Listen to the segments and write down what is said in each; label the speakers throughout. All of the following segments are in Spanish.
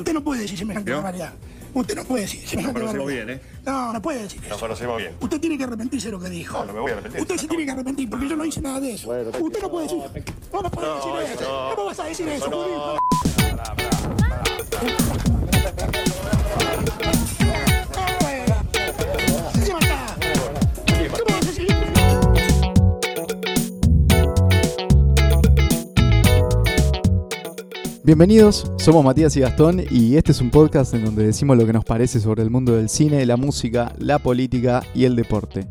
Speaker 1: Usted no puede decir semejante barbaridad. Usted no puede decir semejante
Speaker 2: conocemos
Speaker 1: barbaridad.
Speaker 2: bien, ¿eh?
Speaker 1: No, no puede decir eso.
Speaker 2: Nos conocemos bien.
Speaker 1: Usted tiene que arrepentirse de lo que dijo.
Speaker 2: No, no me voy a arrepentir.
Speaker 1: Usted se tiene que arrepentir porque yo no hice nada de eso. Usted no puede decir. No, no puede decir eso. ¿Cómo vas a decir eso, Julián? Bueno. Se mata. ¿Cómo vas a decir?
Speaker 3: Bienvenidos, somos Matías y Gastón y este es un podcast en donde decimos lo que nos parece sobre el mundo del cine, la música, la política y el deporte.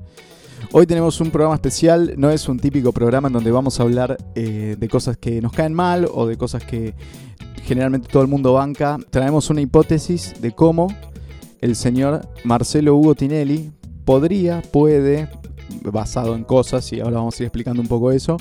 Speaker 3: Hoy tenemos un programa especial, no es un típico programa en donde vamos a hablar eh, de cosas que nos caen mal o de cosas que generalmente todo el mundo banca. Traemos una hipótesis de cómo el señor Marcelo Hugo Tinelli podría, puede, basado en cosas, y ahora vamos a ir explicando un poco eso,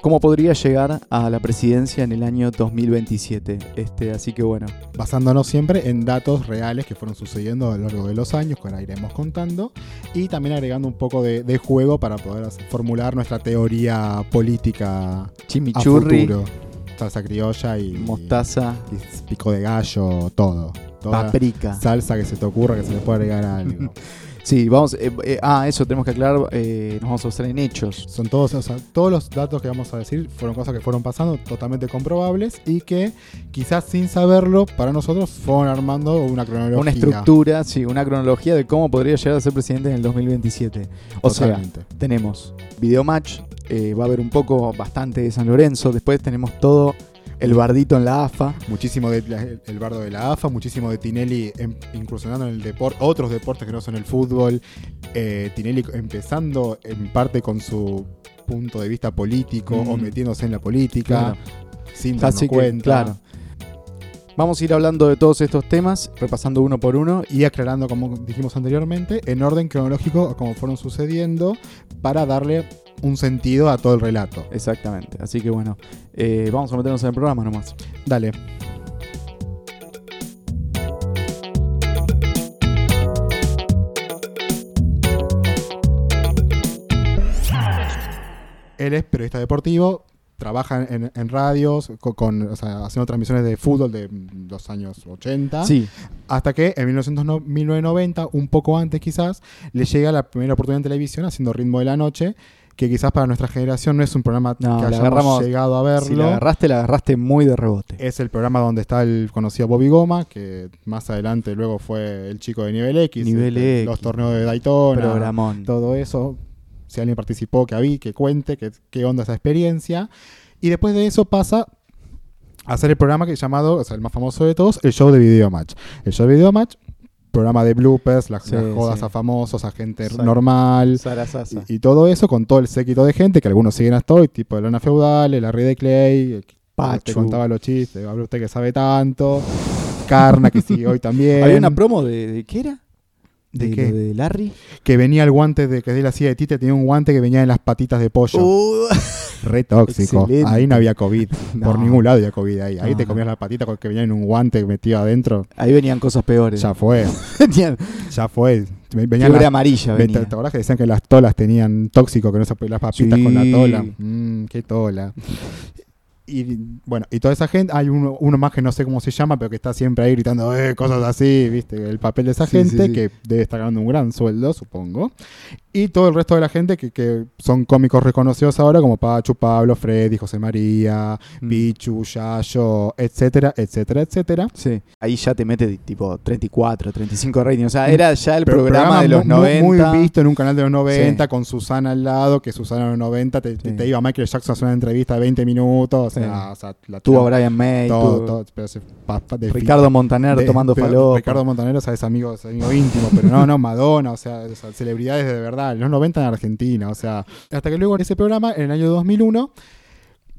Speaker 3: cómo podría llegar a la presidencia en el año 2027. Este, así que bueno,
Speaker 4: basándonos siempre en datos reales que fueron sucediendo a lo largo de los años, que ahora iremos contando, y también agregando un poco de, de juego para poder hacer- formular nuestra teoría política a
Speaker 3: chimichurri,
Speaker 4: futuro. Salsa criolla y,
Speaker 3: mostaza,
Speaker 4: y pico de gallo, todo. Toda
Speaker 3: paprika.
Speaker 4: salsa que se te ocurra que se le pueda agregar a algo.
Speaker 3: Sí, vamos. eh, eh, ah, eso tenemos que aclarar. eh, nos vamos a basar en hechos.
Speaker 4: Son todos, o sea, todos los datos que vamos a decir fueron cosas que fueron pasando totalmente comprobables y que quizás sin saberlo para nosotros fueron armando una cronología.
Speaker 3: Una estructura, sí, una cronología de cómo podría llegar a ser presidente en el 2027. O sea,
Speaker 4: Totalmente.
Speaker 3: tenemos Videomatch, eh, va a haber un poco bastante de San Lorenzo. Después tenemos todo el bardito en la AFA.
Speaker 4: Muchísimo del el bardo de la AFA, muchísimo de Tinelli em- incursionando en el deporte, otros deportes que no son el fútbol. eh, Tinelli empezando en parte con su punto de vista político
Speaker 3: Mm.
Speaker 4: o metiéndose en la política
Speaker 3: Claro.
Speaker 4: sin darnos
Speaker 3: Así que,
Speaker 4: cuenta.
Speaker 3: claro. Vamos a ir hablando de todos estos temas, repasando uno por uno.
Speaker 4: Y aclarando, como dijimos anteriormente, en orden cronológico como fueron sucediendo para darle un sentido a todo el relato.
Speaker 3: Exactamente. Así que bueno, eh, vamos a meternos en el programa nomás.
Speaker 4: Dale. Él es periodista deportivo, trabaja en, en radios, co- con, o sea, haciendo transmisiones de fútbol de mm, los años 80.
Speaker 3: Sí,
Speaker 4: Hasta que en 1909 1990, un poco antes quizás, le llega la primera oportunidad en televisión haciendo Ritmo de la Noche, que quizás para nuestra generación no es un programa
Speaker 3: No,
Speaker 4: que
Speaker 3: la
Speaker 4: hayamos
Speaker 3: agarramos-
Speaker 4: llegado a verlo.
Speaker 3: si la agarraste, la agarraste muy de rebote.
Speaker 4: Es el programa donde está el conocido Bobby Goma, que más adelante luego fue el chico de Nivel X.
Speaker 3: Nivel
Speaker 4: este,
Speaker 3: X.
Speaker 4: Los torneos de Daytona.
Speaker 3: Programón.
Speaker 4: Todo eso. Si alguien participó, que aví, que cuente, que, qué onda esa experiencia. Y después de eso pasa a hacer el programa que es llamado, o sea, el más famoso de todos, el show de Videomatch. El show de Videomatch, programa de bloopers, las,
Speaker 3: Sí,
Speaker 4: las jodas
Speaker 3: sí.
Speaker 4: a famosos, a gente
Speaker 3: Exacto.
Speaker 4: normal.
Speaker 3: Sara Sasa.
Speaker 4: Y, y todo eso con todo el séquito de gente que algunos siguen hasta hoy, tipo Lana Feudal, el Harry de Clay, el que
Speaker 3: Pachu.
Speaker 4: te contaba los chistes, habla usted que sabe tanto, Carna que sigue hoy también.
Speaker 3: Había una promo de, de qué era?
Speaker 4: ¿De
Speaker 3: lo
Speaker 4: qué?
Speaker 3: De Larry.
Speaker 4: que venía el guante de que él hacía de Tite, tenía un guante que venía en las patitas de pollo. Re
Speaker 3: Uh,
Speaker 4: tóxico.
Speaker 3: Excelente.
Speaker 4: Ahí no había COVID.
Speaker 3: No.
Speaker 4: Por ningún lado había COVID ahí. Ahí
Speaker 3: No,
Speaker 4: te
Speaker 3: no.
Speaker 4: comías las patitas con- que venía en un guante metido adentro.
Speaker 3: Ahí venían cosas peores.
Speaker 4: Ya fue,
Speaker 3: Venían
Speaker 4: ya fue. Venía
Speaker 3: fiebre amarilla.
Speaker 4: Ve-
Speaker 3: Venía.
Speaker 4: ¿Te acordás que decían que las tolas tenían tóxico, que no se las papitas
Speaker 3: Sí.
Speaker 4: con la tola? Mmm, qué tola. Y bueno, y toda esa gente, hay uno, uno más que no sé cómo se llama, pero que está siempre ahí gritando "Eh, cosas así, ¿viste? El papel de esa
Speaker 3: Sí,
Speaker 4: gente
Speaker 3: sí, sí.
Speaker 4: que debe estar ganando un gran sueldo, supongo. Y todo el resto de la gente que, que son cómicos reconocidos ahora, como Pachu, Pablo, Freddy, José María,
Speaker 3: Mm.
Speaker 4: Pichu, Yayo, etcétera, etcétera, etcétera.
Speaker 3: Sí. Ahí ya te mete tipo 34, 35 rating. O sea, era ya el
Speaker 4: Mm. Pero
Speaker 3: programa, de los
Speaker 4: mu- mu-
Speaker 3: 90.
Speaker 4: Muy, visto en un canal de los 90,
Speaker 3: Sí.
Speaker 4: con Susana al lado, que Susana en los 90 te, te-
Speaker 3: Sí.
Speaker 4: te iba a Michael Jackson a hacer una entrevista de 20 minutos. O sea,
Speaker 3: Sí.
Speaker 4: o sea, la
Speaker 3: Tuvo a
Speaker 4: tira-
Speaker 3: Brian May.
Speaker 4: todo,
Speaker 3: tuvo-
Speaker 4: todo, pero se- pa- pa- de-
Speaker 3: Ricardo Montaner
Speaker 4: de-
Speaker 3: tomando
Speaker 4: pero
Speaker 3: faló.
Speaker 4: Ricardo Montanero, o sea, es amigo, es amigo íntimo, pero no, no, Madonna, o sea, o sea, celebridades de verdad, en los 90 en Argentina, o sea, hasta que luego en ese programa, en el año 2001,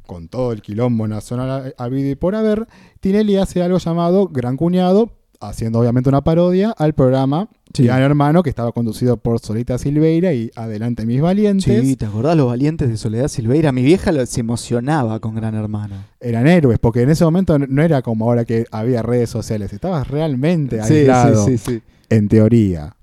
Speaker 4: con todo el quilombo nacional a- habido y por haber, Tinelli hace algo llamado Gran Cuñado, haciendo obviamente una parodia al programa
Speaker 3: Sí.
Speaker 4: Gran Hermano, que estaba conducido por Solita Silveira y Adelante Mis Valientes.
Speaker 3: Sí, ¿te acordás los valientes de Soledad Silveira? Mi vieja lo- se emocionaba con Gran Hermano.
Speaker 4: Eran héroes, porque en ese momento no era como ahora que había redes sociales, estabas realmente
Speaker 3: Sí,
Speaker 4: aislado.
Speaker 3: sí, sí, sí.
Speaker 4: En teoría.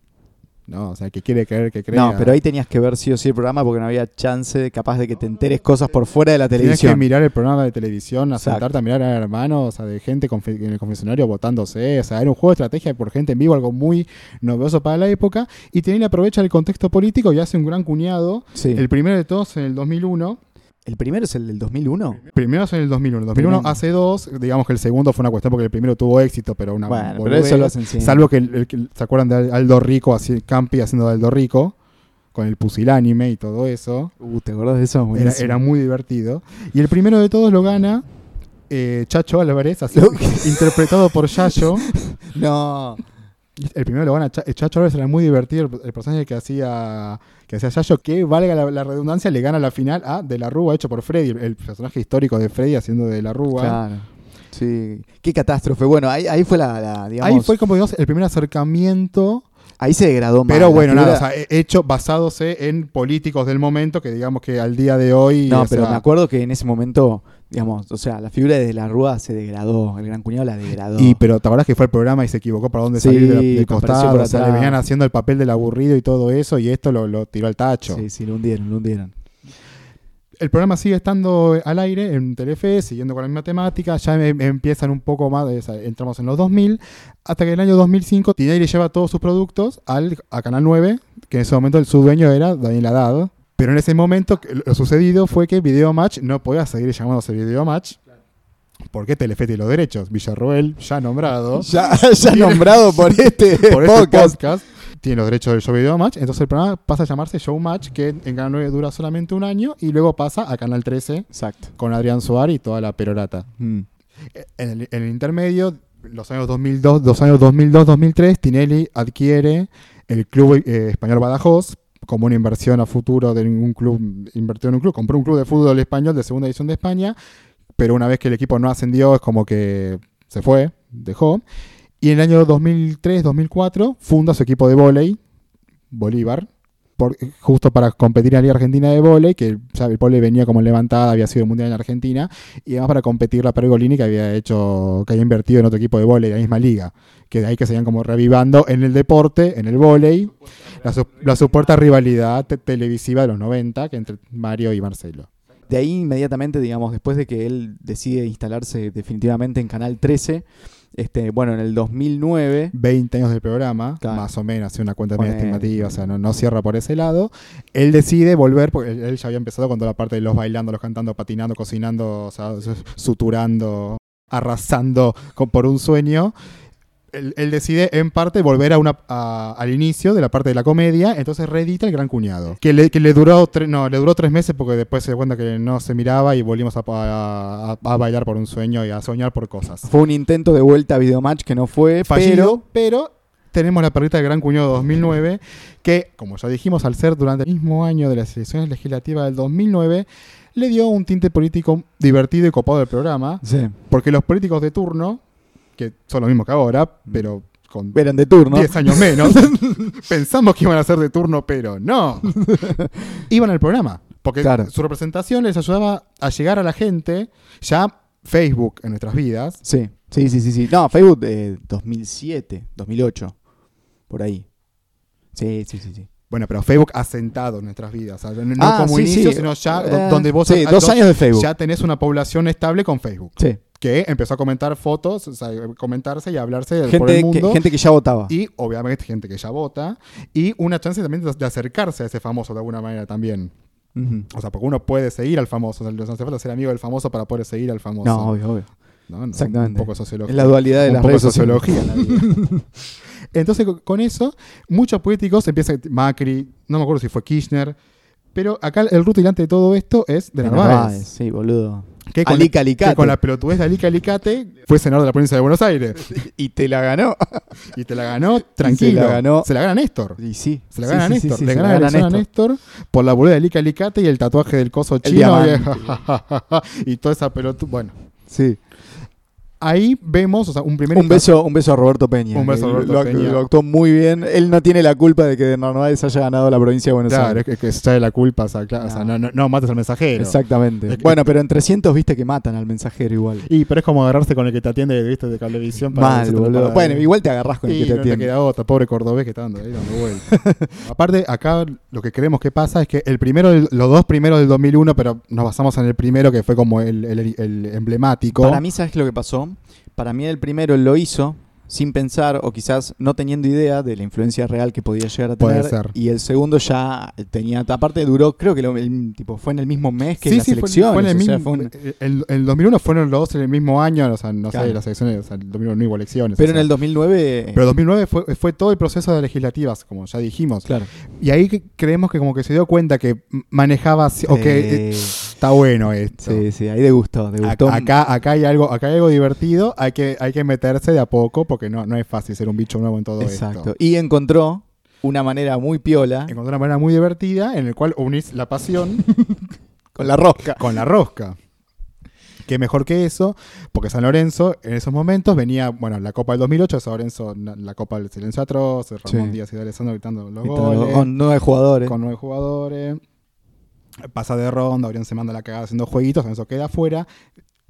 Speaker 4: No, o sea, que quiere creer que crea.
Speaker 3: No, pero ahí tenías que ver sí o sí el programa porque no había chance de- capaz de que te enteres cosas por fuera de la
Speaker 4: Tienes que
Speaker 3: televisión.
Speaker 4: mirar el programa de televisión, a
Speaker 3: Exacto.
Speaker 4: sentarte a mirar a hermanos, o sea, de gente confe- en el confesionario votándose. O sea, era un juego de estrategia por gente en vivo, algo muy novedoso para la época. Y Tinelli aprovecha el contexto político y hace un gran cuñado.
Speaker 3: Sí.
Speaker 4: El primero de todos en el 2001.
Speaker 3: ¿El primero es el del 2001?
Speaker 4: Primero es en el 2001. El 2001
Speaker 3: Tremendo.
Speaker 4: hace dos. Digamos que el segundo fue una cuestión porque el primero tuvo éxito, pero una
Speaker 3: Bueno, pero
Speaker 4: boludez.
Speaker 3: eso lo hacen siempre.
Speaker 4: Salvo que, el- el que- se acuerdan de Aldo Rico, así, Campi haciendo de Aldo Rico, con el pusilánime y todo eso.
Speaker 3: Uh, ¿te acordás de eso?
Speaker 4: Era,
Speaker 3: Buenísimo.
Speaker 4: era muy divertido. Y el primero de todos lo gana eh, Chacho Álvarez, así,
Speaker 3: Lo-
Speaker 4: interpretado por Yayo.
Speaker 3: No.
Speaker 4: El primero lo gana Cha- eh, Chacho Álvarez, era muy divertido. El, el personaje que hacía que hacía Yayo, que valga la, la redundancia, le gana la final a De la Rúa, hecho por Freddy, el personaje histórico de Freddy haciendo de la Rúa.
Speaker 3: Claro. Sí. Qué catástrofe. Bueno, ahí, ahí fue la, la, digamos,
Speaker 4: Ahí fue como digamos, el primer acercamiento,
Speaker 3: ahí se degradó más.
Speaker 4: pero
Speaker 3: la
Speaker 4: bueno, nada,
Speaker 3: figura-
Speaker 4: o sea, he- hecho basándose en políticos del momento que digamos que al día de hoy.
Speaker 3: No,
Speaker 4: o
Speaker 3: pero
Speaker 4: sea,
Speaker 3: me acuerdo que en ese momento, digamos, o sea, la figura de, De la Rúa se degradó, el gran cuñado la degradó.
Speaker 4: Y pero te acordás que fue el programa y se equivocó para dónde
Speaker 3: Sí,
Speaker 4: salir de la- del
Speaker 3: que apareció
Speaker 4: costado.
Speaker 3: por
Speaker 4: O sea, le
Speaker 3: atrás.
Speaker 4: venían haciendo el papel del aburrido y todo eso, y esto lo, lo tiró al tacho.
Speaker 3: Sí, sí, lo hundieron, lo hundieron.
Speaker 4: El programa sigue estando al aire en Telefe, siguiendo con la misma temática. Ya em- empiezan un poco más, o sea, entramos en los 2000, hasta que en el año 2005 Tinelli lleva todos sus productos al, a Canal 9, que en ese momento el, su dueño era Daniel Haddad. Pero en ese momento que- lo sucedido fue que Videomatch no podía seguir llamándose Videomatch. Porque Telefe tiene los derechos. Villarroel, ya nombrado.
Speaker 3: Ya, ya nombrado por este
Speaker 4: por este
Speaker 3: podcast.
Speaker 4: podcast tiene los derechos del show Video Match, entonces el programa pasa a llamarse Show Match, que en Canal 9 dura solamente un año y luego pasa a Canal 13
Speaker 3: Exacto.
Speaker 4: con Adrián Suárez y toda la perorata.
Speaker 3: Mm.
Speaker 4: Eh, En el, en el intermedio, los años 2002, los años 2002-2003, Tinelli adquiere el club eh, español Badajoz como una inversión a futuro de un club, invirtió en un club, compró un club de fútbol español de segunda división de España, pero una vez que el equipo no ascendió es como que se fue, dejó. Y en el año 2003-2004 funda su equipo de vóley, Bolívar, por- justo para competir en la Liga Argentina de Vóley, que ya el vóley venía como levantada, había sido el Mundial en Argentina, y además para competir la Pergolini que había hecho, que había invertido en otro equipo de vóley de la misma liga, que de ahí que se iban como revivando en el deporte, en el vóley, la, su- la supuesta rivalidad te- televisiva de los 90, que entre Mario y Marcelo.
Speaker 3: De ahí inmediatamente, digamos, después de que él decide instalarse definitivamente en Canal 13, este, bueno, en el 2009,
Speaker 4: 20 años del programa,
Speaker 3: Claro.
Speaker 4: más o menos, hace una cuenta media
Speaker 3: Ponele.
Speaker 4: estimativa, o sea, no, no cierra por ese lado. Él decide volver, porque él él ya había empezado con toda la parte de los bailando, los cantando, patinando, cocinando, o sea, su- suturando, arrasando con- por un sueño. Él, él decide, en parte, volver a una, a- al inicio de la parte de la comedia, entonces reedita El Gran Cuñado, que le, que le duró, tre- no, le duró tres meses porque después se dio cuenta que no se miraba y volvimos a, a- a bailar por un sueño y a soñar por cosas
Speaker 3: fue un intento de vuelta a Videomatch que no fue,
Speaker 4: fallido, pero, tenemos la perrita del Gran Cuñado 2009, que, como ya dijimos, al ser durante el mismo año de las elecciones legislativas del 2009, le dio un tinte político divertido y copado del programa,
Speaker 3: pero sí,
Speaker 4: porque los políticos de turno, que son lo mismo que ahora, pero con
Speaker 3: eran de turno.
Speaker 4: 10 años menos, pensamos que iban a ser de turno, pero no. iban al programa, porque
Speaker 3: Claro.
Speaker 4: su representación les ayudaba a llegar a la gente, ya Facebook en nuestras vidas,
Speaker 3: Sí, sí, sí, sí, sí. No, Facebook eh, 2007, 2008, por ahí. Sí, sí, sí, sí.
Speaker 4: Bueno, pero Facebook ha sentado nuestras vidas. o sea, no
Speaker 3: Ah,
Speaker 4: como
Speaker 3: sí,
Speaker 4: inicio,
Speaker 3: sí.
Speaker 4: sino ya
Speaker 3: Eh,
Speaker 4: do- donde vos
Speaker 3: sí,
Speaker 4: ah,
Speaker 3: dos
Speaker 4: do-
Speaker 3: años de Facebook.
Speaker 4: ya tenés una población estable con Facebook.
Speaker 3: Sí.
Speaker 4: Que empezó a comentar fotos, o sea, comentarse y hablarse de- por el
Speaker 3: Gente que,
Speaker 4: mundo.
Speaker 3: gente que ya votaba.
Speaker 4: Y obviamente gente que ya vota. Y una chance también de, de acercarse a ese famoso de alguna manera también.
Speaker 3: Ujú.
Speaker 4: O sea, porque uno puede seguir al famoso. o sea, no hace falta ser amigo del famoso para poder seguir al famoso.
Speaker 3: No, obvio, obvio.
Speaker 4: ¿no? No,
Speaker 3: Exactamente.
Speaker 4: Un poco sociológico
Speaker 3: Es la dualidad de
Speaker 4: un
Speaker 3: las
Speaker 4: poco de
Speaker 3: redes sociales.
Speaker 4: sociología. la vida. Entonces, co- con eso, muchos políticos empiezan, Macri, no me acuerdo si fue Kirchner, pero acá el rutilante de todo esto es de
Speaker 3: De
Speaker 4: Narváez,
Speaker 3: Narváez, Sí, boludo.
Speaker 4: Que, con
Speaker 3: Alica,
Speaker 4: la,
Speaker 3: alicate.
Speaker 4: que con la pelotudez de Alica Alicate fue senador de la provincia de Buenos Aires
Speaker 3: Y te la ganó.
Speaker 4: y te la ganó tranquilo.
Speaker 3: la ganó.
Speaker 4: Se la gana Néstor.
Speaker 3: Y sí.
Speaker 4: Se la
Speaker 3: Sí,
Speaker 4: gana
Speaker 3: sí, sí,
Speaker 4: Néstor.
Speaker 3: sí,
Speaker 4: le
Speaker 3: se la
Speaker 4: gana la
Speaker 3: gana
Speaker 4: elección a Néstor por la boludez de Alica Alicate y el tatuaje del coso chino.
Speaker 3: diamante.
Speaker 4: y, y toda esa pelotuda. Bueno.
Speaker 3: Sí.
Speaker 4: Ahí vemos, o sea, un primer
Speaker 3: Un beso, un beso a Roberto Peña.
Speaker 4: Un beso a
Speaker 3: que
Speaker 4: Roberto
Speaker 3: lo,
Speaker 4: Peña.
Speaker 3: lo actuó muy bien. Él no tiene la culpa de que Narváez haya ganado la Ah. provincia de Buenos
Speaker 4: Claro,
Speaker 3: Aires.
Speaker 4: es que, es que sale la culpa, o sea, claro, o sea, no, no, no mates al mensajero.
Speaker 3: Exactamente.
Speaker 4: Es que-
Speaker 3: bueno, pero en 300 viste que matan al mensajero igual.
Speaker 4: Y pero es como agarrarse con el que te atiende ¿viste? de cablevisión.
Speaker 3: Mal,
Speaker 4: decirte la
Speaker 3: boludo.
Speaker 4: parada.
Speaker 3: Bueno, igual te agarrás con el
Speaker 4: eh. Y
Speaker 3: que te
Speaker 4: no te
Speaker 3: atiende.
Speaker 4: queda otra, pobre cordobés que está dando ahí dando vuelta. Aparte, acá lo que creemos que pasa es que el primero, del- los dos primeros del 2001, pero nos basamos en el primero que fue como el, el- el emblemático.
Speaker 3: Para mí, ¿sabes lo que pasó? Para mí el primero lo hizo sin pensar o quizás no teniendo idea de la influencia real que podía llegar a tener.
Speaker 4: Puede ser.
Speaker 3: Y el segundo ya tenía... Aparte duró, creo que lo- el- tipo, fue en el mismo mes que
Speaker 4: Sí,
Speaker 3: las
Speaker 4: sí, fue-
Speaker 3: elecciones.
Speaker 4: fue en el,
Speaker 3: o sea,
Speaker 4: mismo,
Speaker 3: fue un-
Speaker 4: el, el 2001 fueron los dos en el mismo año, o sea, no
Speaker 3: Claro.
Speaker 4: sé, las elecciones, o sea, el 2001 no hubo elecciones.
Speaker 3: Pero
Speaker 4: o
Speaker 3: en
Speaker 4: sea.
Speaker 3: el 2009...
Speaker 4: Pero 2009 fue, fue todo el proceso de legislativas, como ya dijimos.
Speaker 3: claro.
Speaker 4: Y ahí que- creemos que como que se dio cuenta que manejaba, así- o que eh,
Speaker 3: Eh,
Speaker 4: está bueno esto.
Speaker 3: Sí, sí, ahí degustó, degustó.
Speaker 4: Ac- Acá, acá hay algo, acá hay algo divertido, hay que, hay que meterse de a poco porque no, no es fácil ser un bicho nuevo en todo
Speaker 3: Exacto.
Speaker 4: esto.
Speaker 3: Y encontró una manera muy piola
Speaker 4: Encontrar una manera muy divertida en la cual unís la pasión
Speaker 3: con la rosca.
Speaker 4: con la rosca. Qué mejor que eso, porque San Lorenzo en esos momentos venía, bueno, la Copa del 2008, San Lorenzo, na- la Copa del Silencio Atroz, Ramón
Speaker 3: Sí. "Oh,
Speaker 4: Díaz y D Alessandro gritando los
Speaker 3: Y
Speaker 4: goles,
Speaker 3: todo, Con nueve jugadores.
Speaker 4: con nueve jugadores, pasa de ronda, Orión se manda la cagada haciendo jueguitos, San Lorenzo queda afuera.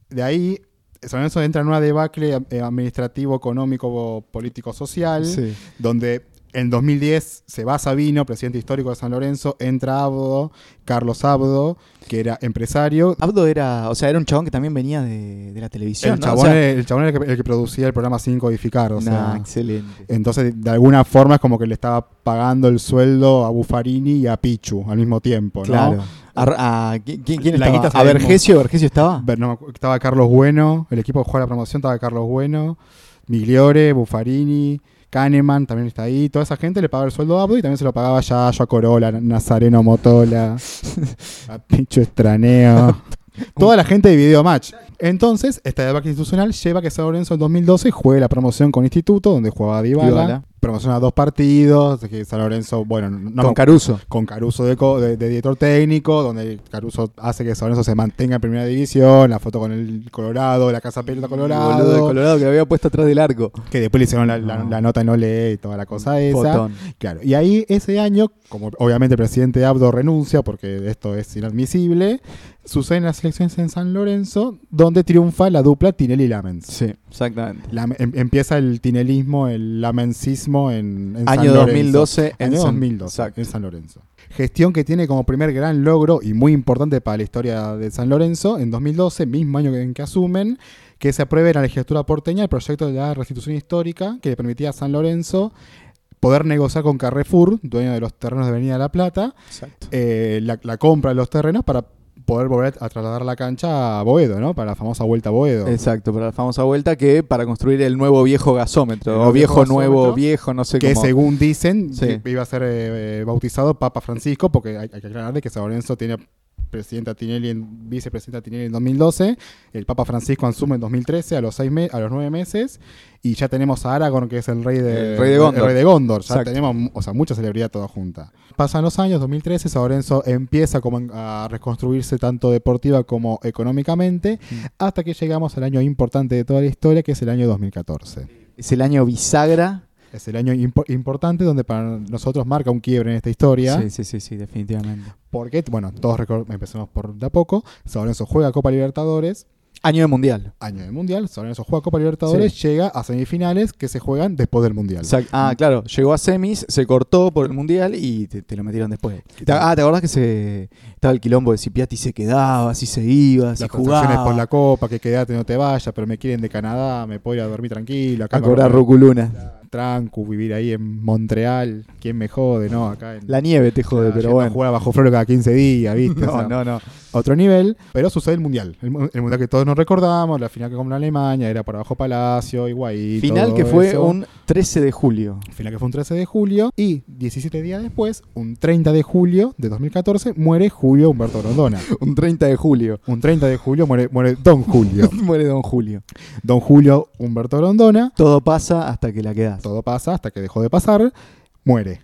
Speaker 4: De ahí, San Lorenzo entra en una debacle eh, administrativo, económico, político, social,
Speaker 3: Sí.
Speaker 4: donde en 2010 se va Sabino, presidente histórico de San Lorenzo, entra Abdo, Carlos Abdo, que era empresario,
Speaker 3: Abdo era, o sea, era un chabón que también venía de, de la televisión.
Speaker 4: El
Speaker 3: ¿no? O
Speaker 4: chabón,
Speaker 3: sea,
Speaker 4: era- el chabón era el que, el que producía el programa Sin Codificar, o
Speaker 3: nah,
Speaker 4: sea.
Speaker 3: excelente.
Speaker 4: Entonces, de alguna forma es como que le estaba pagando el sueldo a Buffarini y a Pichu al mismo tiempo, ¿no?
Speaker 3: Claro. A, a- ¿qui- qui- ¿Quién
Speaker 4: La
Speaker 3: estaba?
Speaker 4: guita
Speaker 3: ¿A
Speaker 4: sabemos.
Speaker 3: Vergesio? ¿Vergesio estaba?
Speaker 4: Ver- no me acu- estaba Carlos Bueno, el equipo que juega la promoción estaba Carlos Bueno, Migliore, Buffarini, Kahneman también está ahí. Toda esa gente le pagaba el sueldo a Abdo y también se lo pagaba ya a Corolla, Nazareno Motola, a Pichu Estraneo. Toda la gente de Videomatch. Entonces, esta debacle institucional lleva a que San Lorenzo en 2012 juegue la promoción con Instituto, donde jugaba Dybala.
Speaker 3: Dybala.
Speaker 4: Promociona dos partidos, que San Lorenzo, bueno, no me
Speaker 3: con Caruso.
Speaker 4: con Caruso de, co- de- de director técnico, donde Caruso hace que San Lorenzo se mantenga en primera división, la foto con el Colorado, la casa pelota Colorado,
Speaker 3: Mm, Boludo de Colorado que lo había puesto atrás del arco.
Speaker 4: que después le hicieron la, la-
Speaker 3: No.
Speaker 4: la nota no lee y toda la cosa esa.
Speaker 3: Fotón.
Speaker 4: Claro, y ahí ese año, como obviamente el presidente Abdo renuncia porque esto es inadmisible, suceden las elecciones en San Lorenzo, donde triunfa la dupla Tinelli Lamens.
Speaker 3: Sí, exactamente.
Speaker 4: Lame- em- empieza el tinelismo, el lamencismo en, en
Speaker 3: Año
Speaker 4: San Lorenzo.
Speaker 3: 2012 en
Speaker 4: Año
Speaker 3: San-
Speaker 4: 2012
Speaker 3: Exacto.
Speaker 4: en San Lorenzo. Gestión que tiene como primer gran logro y muy importante para la historia de San Lorenzo, en 2012, mismo año en que asumen, que se apruebe en la legislatura porteña el proyecto de la restitución histórica que le permitía a San Lorenzo poder negociar con Carrefour, dueño de los terrenos de Avenida de la Plata,
Speaker 3: Exacto.
Speaker 4: eh, la, la compra de los terrenos para poder volver a trasladar la cancha a Boedo, ¿no? Para la famosa vuelta a Boedo.
Speaker 3: Exacto, para la famosa vuelta que para construir el nuevo viejo gasómetro.
Speaker 4: El
Speaker 3: o
Speaker 4: nuevo
Speaker 3: viejo,
Speaker 4: viejo
Speaker 3: nuevo,
Speaker 4: gasómetro,
Speaker 3: viejo, no sé
Speaker 4: que
Speaker 3: cómo.
Speaker 4: según dicen
Speaker 3: Sí.
Speaker 4: iba a ser eh, eh, bautizado Papa Francisco, porque hay, hay que aclarar de que San Lorenzo tiene presidenta Tinelli, en, vicepresidenta Tinelli en 2012, el Papa Francisco asume en 2013 a los seis me- a los nueve meses y ya tenemos a Aragorn que es el rey de,
Speaker 3: El rey de Gondor.
Speaker 4: el rey de Gondor. ya
Speaker 3: Exacto.
Speaker 4: tenemos, o sea, mucha celebridad toda junta. Pasan los años, 2013, San Lorenzo empieza como en- a reconstruirse tanto deportiva como económicamente,
Speaker 3: Mm.
Speaker 4: hasta que llegamos al año importante de toda la historia, que es el año 2014.
Speaker 3: Es el año bisagra.
Speaker 4: Es el año impo- importante donde para nosotros marca un quiebre en esta historia.
Speaker 3: Sí, sí, sí, sí, definitivamente.
Speaker 4: Porque, bueno, todos recor- empecemos por de a poco. San Lorenzo juega Copa Libertadores,
Speaker 3: Año de mundial.
Speaker 4: año del Mundial. San Lorenzo juega Copa Libertadores, llega a semifinales que se juegan después del Mundial.
Speaker 3: Exact- Ah, claro, llegó a semis, se cortó por el mundial y te, te lo metieron después. Te- ah, ¿te acordás que se estaba el quilombo de si Piatti se quedaba, si se iba, si
Speaker 4: Las transacciones
Speaker 3: jugaba?
Speaker 4: por la Copa, que quedate, no te vayas, pero me quieren de Canadá, me puedo ir a dormir tranquilo. Acá
Speaker 3: A
Speaker 4: me
Speaker 3: cobrar
Speaker 4: voy
Speaker 3: Ruculuna.
Speaker 4: a Trancu, vivir ahí en Montreal. ¿Quién me jode? No, acá en.
Speaker 3: La nieve te jode,
Speaker 4: Ah,
Speaker 3: pero
Speaker 4: yendo a
Speaker 3: bueno.
Speaker 4: Jugar bajo flor cada 15 días, ¿viste? O
Speaker 3: No,
Speaker 4: sea,
Speaker 3: no, no.
Speaker 4: otro nivel, pero sucede el mundial. El, mu- el mundial que todos nos recordamos, la final que con Alemania, era por abajo Palacio, Higuaín.
Speaker 3: Final
Speaker 4: todo
Speaker 3: que fue
Speaker 4: eso.
Speaker 3: un 13 de julio.
Speaker 4: Final que fue un 13 de julio y 17 días después, un 30 de julio de 2014, muere Julio Humberto Grondona.
Speaker 3: Un 30 de julio.
Speaker 4: Un 30 de julio muere, muere Don Julio.
Speaker 3: Muere Don Julio.
Speaker 4: Don Julio Humberto Grondona,
Speaker 3: Todo pasa hasta que la quedás.
Speaker 4: todo pasa hasta que dejó de pasar, muere.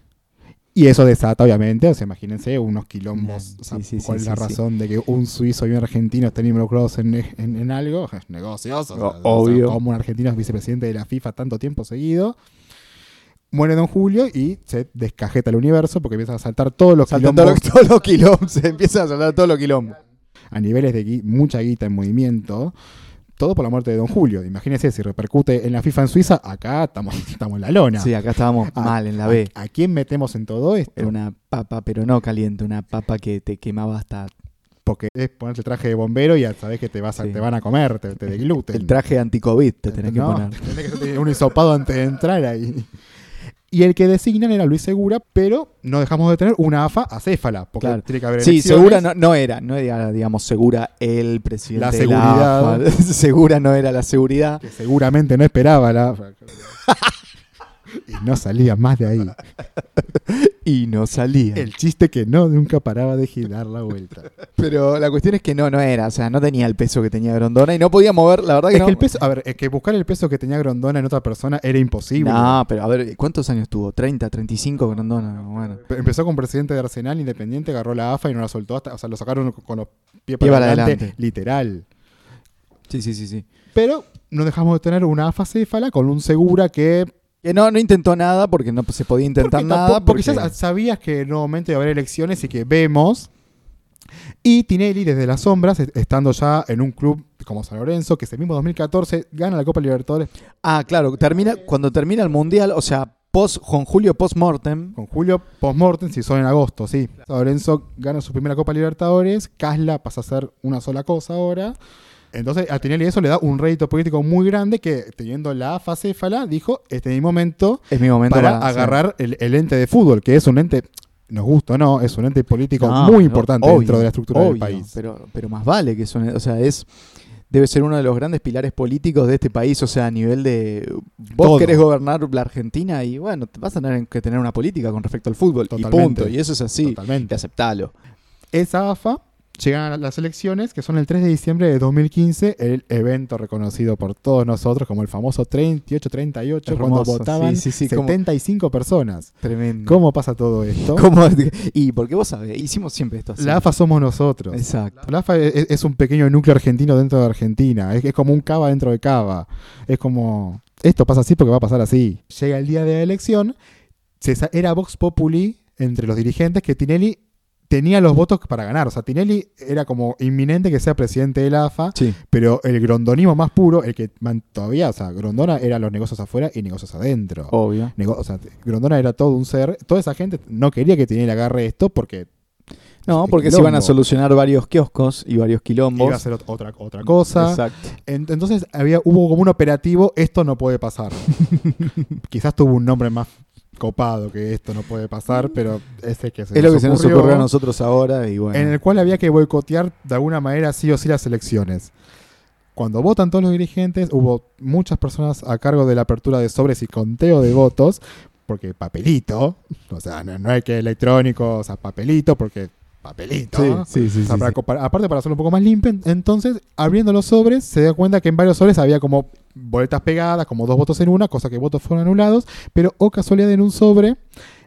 Speaker 4: Y eso desata, obviamente, o sea, imagínense unos quilombos.
Speaker 3: Bien,
Speaker 4: o sea,
Speaker 3: sí, sí,
Speaker 4: ¿Cuál
Speaker 3: sí,
Speaker 4: es la
Speaker 3: sí,
Speaker 4: razón de que un suizo y un argentino estén involucrados en, en- en algo? Negocios. o sea,
Speaker 3: O-
Speaker 4: o sea,
Speaker 3: obvio.
Speaker 4: como un argentino es vicepresidente de la FIFA tanto tiempo seguido. Muere Don Julio y se descajeta el universo porque empiezan a saltar todos los
Speaker 3: Saltan
Speaker 4: quilombos
Speaker 3: todos los quilombos, se empiezan a saltar todos los quilombos.
Speaker 4: a niveles de gui- mucha guita en movimiento. Todo por la muerte de Don Julio. Imagínense, si repercute en la FIFA en Suiza, acá estamos, estamos en la lona.
Speaker 3: Sí, acá estábamos
Speaker 4: Ah,
Speaker 3: mal en la B.
Speaker 4: ¿A quién metemos en todo esto?
Speaker 3: Era una papa, pero no caliente, una papa que te quemaba hasta
Speaker 4: Porque es ponerte el traje de bombero y ya sabes que te, vas a-
Speaker 3: Sí.
Speaker 4: te van a comer, te, te degluten.
Speaker 3: el traje anti-COVID, te tenés que
Speaker 4: No,
Speaker 3: poner.
Speaker 4: tenés que tener un hisopado antes de entrar ahí. Y el que designan era Luis Segura, pero no dejamos de tener una AFA acéfala, porque
Speaker 3: Claro.
Speaker 4: tiene que haber
Speaker 3: Sí,
Speaker 4: elecciones.
Speaker 3: segura no, no era, no era, digamos, segura el presidente.
Speaker 4: La
Speaker 3: de la
Speaker 4: seguridad.
Speaker 3: AFA. segura no era la seguridad.
Speaker 4: que seguramente no esperaba la AFA. y no salía más de ahí.
Speaker 3: Y no salía.
Speaker 4: El chiste que no nunca paraba de girar la vuelta.
Speaker 3: Pero la cuestión es que no, no era. O sea, no tenía el peso que tenía Grondona y no podía mover, la verdad que
Speaker 4: Es
Speaker 3: no. eh.
Speaker 4: que el peso, a ver, es que buscar el peso que tenía Grondona en otra persona era imposible.
Speaker 3: no, pero a ver, ¿cuántos años tuvo? ¿30, 35 Grondona? Bueno.
Speaker 4: Pe- Empezó con presidente de Arsenal Independiente, agarró la AFA y no la soltó hasta, o sea, lo sacaron con los pies para
Speaker 3: Pie para
Speaker 4: adelante,
Speaker 3: adelante.
Speaker 4: literal.
Speaker 3: Sí, sí, sí, sí.
Speaker 4: Pero no dejamos de tener una AFA céfala con un segura que
Speaker 3: Que no, no intentó nada porque no se podía intentar
Speaker 4: Porque
Speaker 3: nada.
Speaker 4: tampoco- porque,
Speaker 3: Porque,
Speaker 4: ya sabías que en un momento iba a haber elecciones y que vemos. Y Tinelli desde las sombras, est- estando ya en un club como San Lorenzo, que ese mismo 2014 gana la Copa Libertadores
Speaker 3: Ah, claro, termina, cuando termina el mundial, o sea, post, con Julio post-mortem.
Speaker 4: con Julio postmortem, si son en agosto, sí. San Lorenzo gana su primera Copa Libertadores, Casla pasa a ser una sola cosa ahora. Entonces a Tinelli eso le da un rédito político muy grande que teniendo la AFA céfala dijo, este es mi momento
Speaker 3: Es mi momento
Speaker 4: para,
Speaker 3: para,
Speaker 4: agarrar el, el ente de fútbol, que es un ente, nos gusta o no, es un ente político
Speaker 3: No,
Speaker 4: muy
Speaker 3: no,
Speaker 4: importante
Speaker 3: obvio,
Speaker 4: dentro de la estructura del
Speaker 3: obvio,
Speaker 4: país.
Speaker 3: Pero, pero más vale que son, o sea, es debe ser uno de los grandes pilares políticos de este país, o sea, a nivel de vos
Speaker 4: Todo.
Speaker 3: querés gobernar la Argentina y bueno, te vas a tener que tener una política con respecto al fútbol y
Speaker 4: Totalmente.
Speaker 3: punto, y eso es así, y
Speaker 4: Totalmente.
Speaker 3: aceptalo.
Speaker 4: Esa AFA llegan a las elecciones, que son el 3 de diciembre de 2015, el evento reconocido por todos nosotros como el famoso 38-38, cuando
Speaker 3: Hermoso,
Speaker 4: votaban
Speaker 3: sí, sí, sí, como-
Speaker 4: 75 personas.
Speaker 3: Tremendo.
Speaker 4: ¿Cómo pasa todo esto?
Speaker 3: ¿Cómo? Y porque vos sabés, hicimos siempre esto así.
Speaker 4: La AFA somos nosotros.
Speaker 3: Exacto.
Speaker 4: La AFA es, es un pequeño núcleo argentino dentro de Argentina. Es, es como un cava dentro de cava. Es como, esto pasa así porque va a pasar así. Llega el día de la elección. se sa- era Vox Populi entre los dirigentes que Tinelli tenía los votos para ganar. O sea, Tinelli era como inminente que sea presidente del AFA,
Speaker 3: Sí.
Speaker 4: pero el grondonismo más puro, el que man- todavía, o sea, Grondona era los negocios afuera y negocios adentro.
Speaker 3: Obvio.
Speaker 4: Nego- o sea, Grondona era todo un ser. Toda esa gente no quería que Tinelli agarre esto porque
Speaker 3: No,
Speaker 4: Es
Speaker 3: porque se iban a
Speaker 4: quilombo.
Speaker 3: solucionar varios kioscos y varios quilombos.
Speaker 4: iba a hacer ot- otra, otra cosa.
Speaker 3: Exacto.
Speaker 4: En- Entonces había, hubo como un operativo, esto no puede pasar. Quizás tuvo un nombre más copado que esto no puede pasar, pero ese que se
Speaker 3: Es lo que se nos ocurrió a nosotros ahora y bueno.
Speaker 4: En el cual había que boicotear de alguna manera sí o sí las elecciones. Cuando votan todos los dirigentes, hubo muchas personas a cargo de la apertura de sobres y conteo de votos, porque papelito, o sea, no, no hay que electrónico, o sea, papelito, porque papelito.
Speaker 3: Sí, sí, sí,
Speaker 4: O sea,
Speaker 3: sí,
Speaker 4: para
Speaker 3: sí.
Speaker 4: co- para- aparte, para hacerlo un poco más limpio, en- entonces, abriendo los sobres, se da cuenta que en varios sobres había como boletas pegadas, como dos votos en una, cosa que votos fueron anulados, pero o casualidad en un sobre,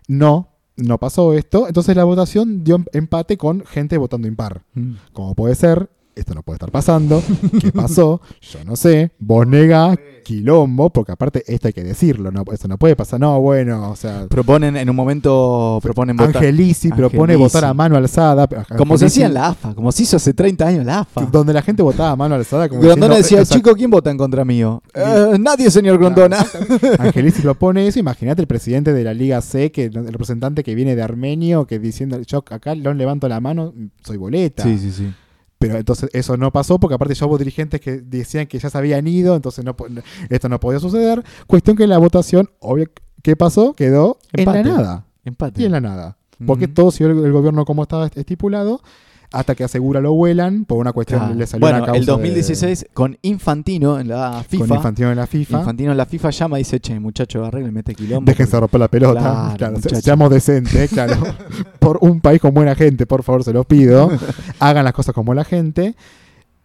Speaker 4: no, no pasó esto. Entonces la votación dio em- empate con gente votando impar.
Speaker 3: Mm.
Speaker 4: Como puede ser, esto no puede estar pasando, ¿qué pasó? Yo no sé, vos negá, quilombo, porque aparte esto hay que decirlo, no, eso no puede pasar, no, bueno, o sea...
Speaker 3: Proponen en un momento, proponen votar.
Speaker 4: Angelici propone
Speaker 3: Angelici.
Speaker 4: votar a mano alzada.
Speaker 3: Como se
Speaker 4: Angelici-
Speaker 3: hacía en la AFA, como se hizo hace 30 años la AFA.
Speaker 4: donde la gente votaba a mano alzada. Como
Speaker 3: Grondona
Speaker 4: diciendo,
Speaker 3: decía,
Speaker 4: o sea,
Speaker 3: chico, ¿quién vota en contra mío?
Speaker 4: Sí.
Speaker 3: "Eh, nadie, señor Grondona.
Speaker 4: Angelici propone eso. Imagínate el presidente de la Liga C, que el representante que viene de Armenio, que diciendo, yo acá no levanto la mano, soy boleta.
Speaker 3: sí, sí.
Speaker 4: Pero entonces eso no pasó, porque aparte ya hubo dirigentes que decían que ya se habían ido, entonces no, po- esto no podía suceder. Cuestión que la votación, obvio, ¿qué pasó? Quedó en
Speaker 3: Empate. Mm.
Speaker 4: la nada.
Speaker 3: Empate.
Speaker 4: Y en la nada. Porque
Speaker 3: Ujú.
Speaker 4: todo siguió el, el gobierno como estaba est- estipulado, hasta que asegura lo vuelan, por una cuestión
Speaker 3: Claro.
Speaker 4: le salió una
Speaker 3: Ah. Bueno,
Speaker 4: causa
Speaker 3: el
Speaker 4: de-
Speaker 3: 2016 con Infantino en la FIFA.
Speaker 4: con Infantino en la FIFA.
Speaker 3: Infantino en la FIFA llama y dice, che, muchacho, arregle, mete quilombo.
Speaker 4: Déjense romper la pelota.
Speaker 3: Claro,
Speaker 4: Claro, se-
Speaker 3: muchachos.
Speaker 4: seamos decentes, claro. por un país con buena gente, por favor, se los pido. Hagan las cosas como la gente.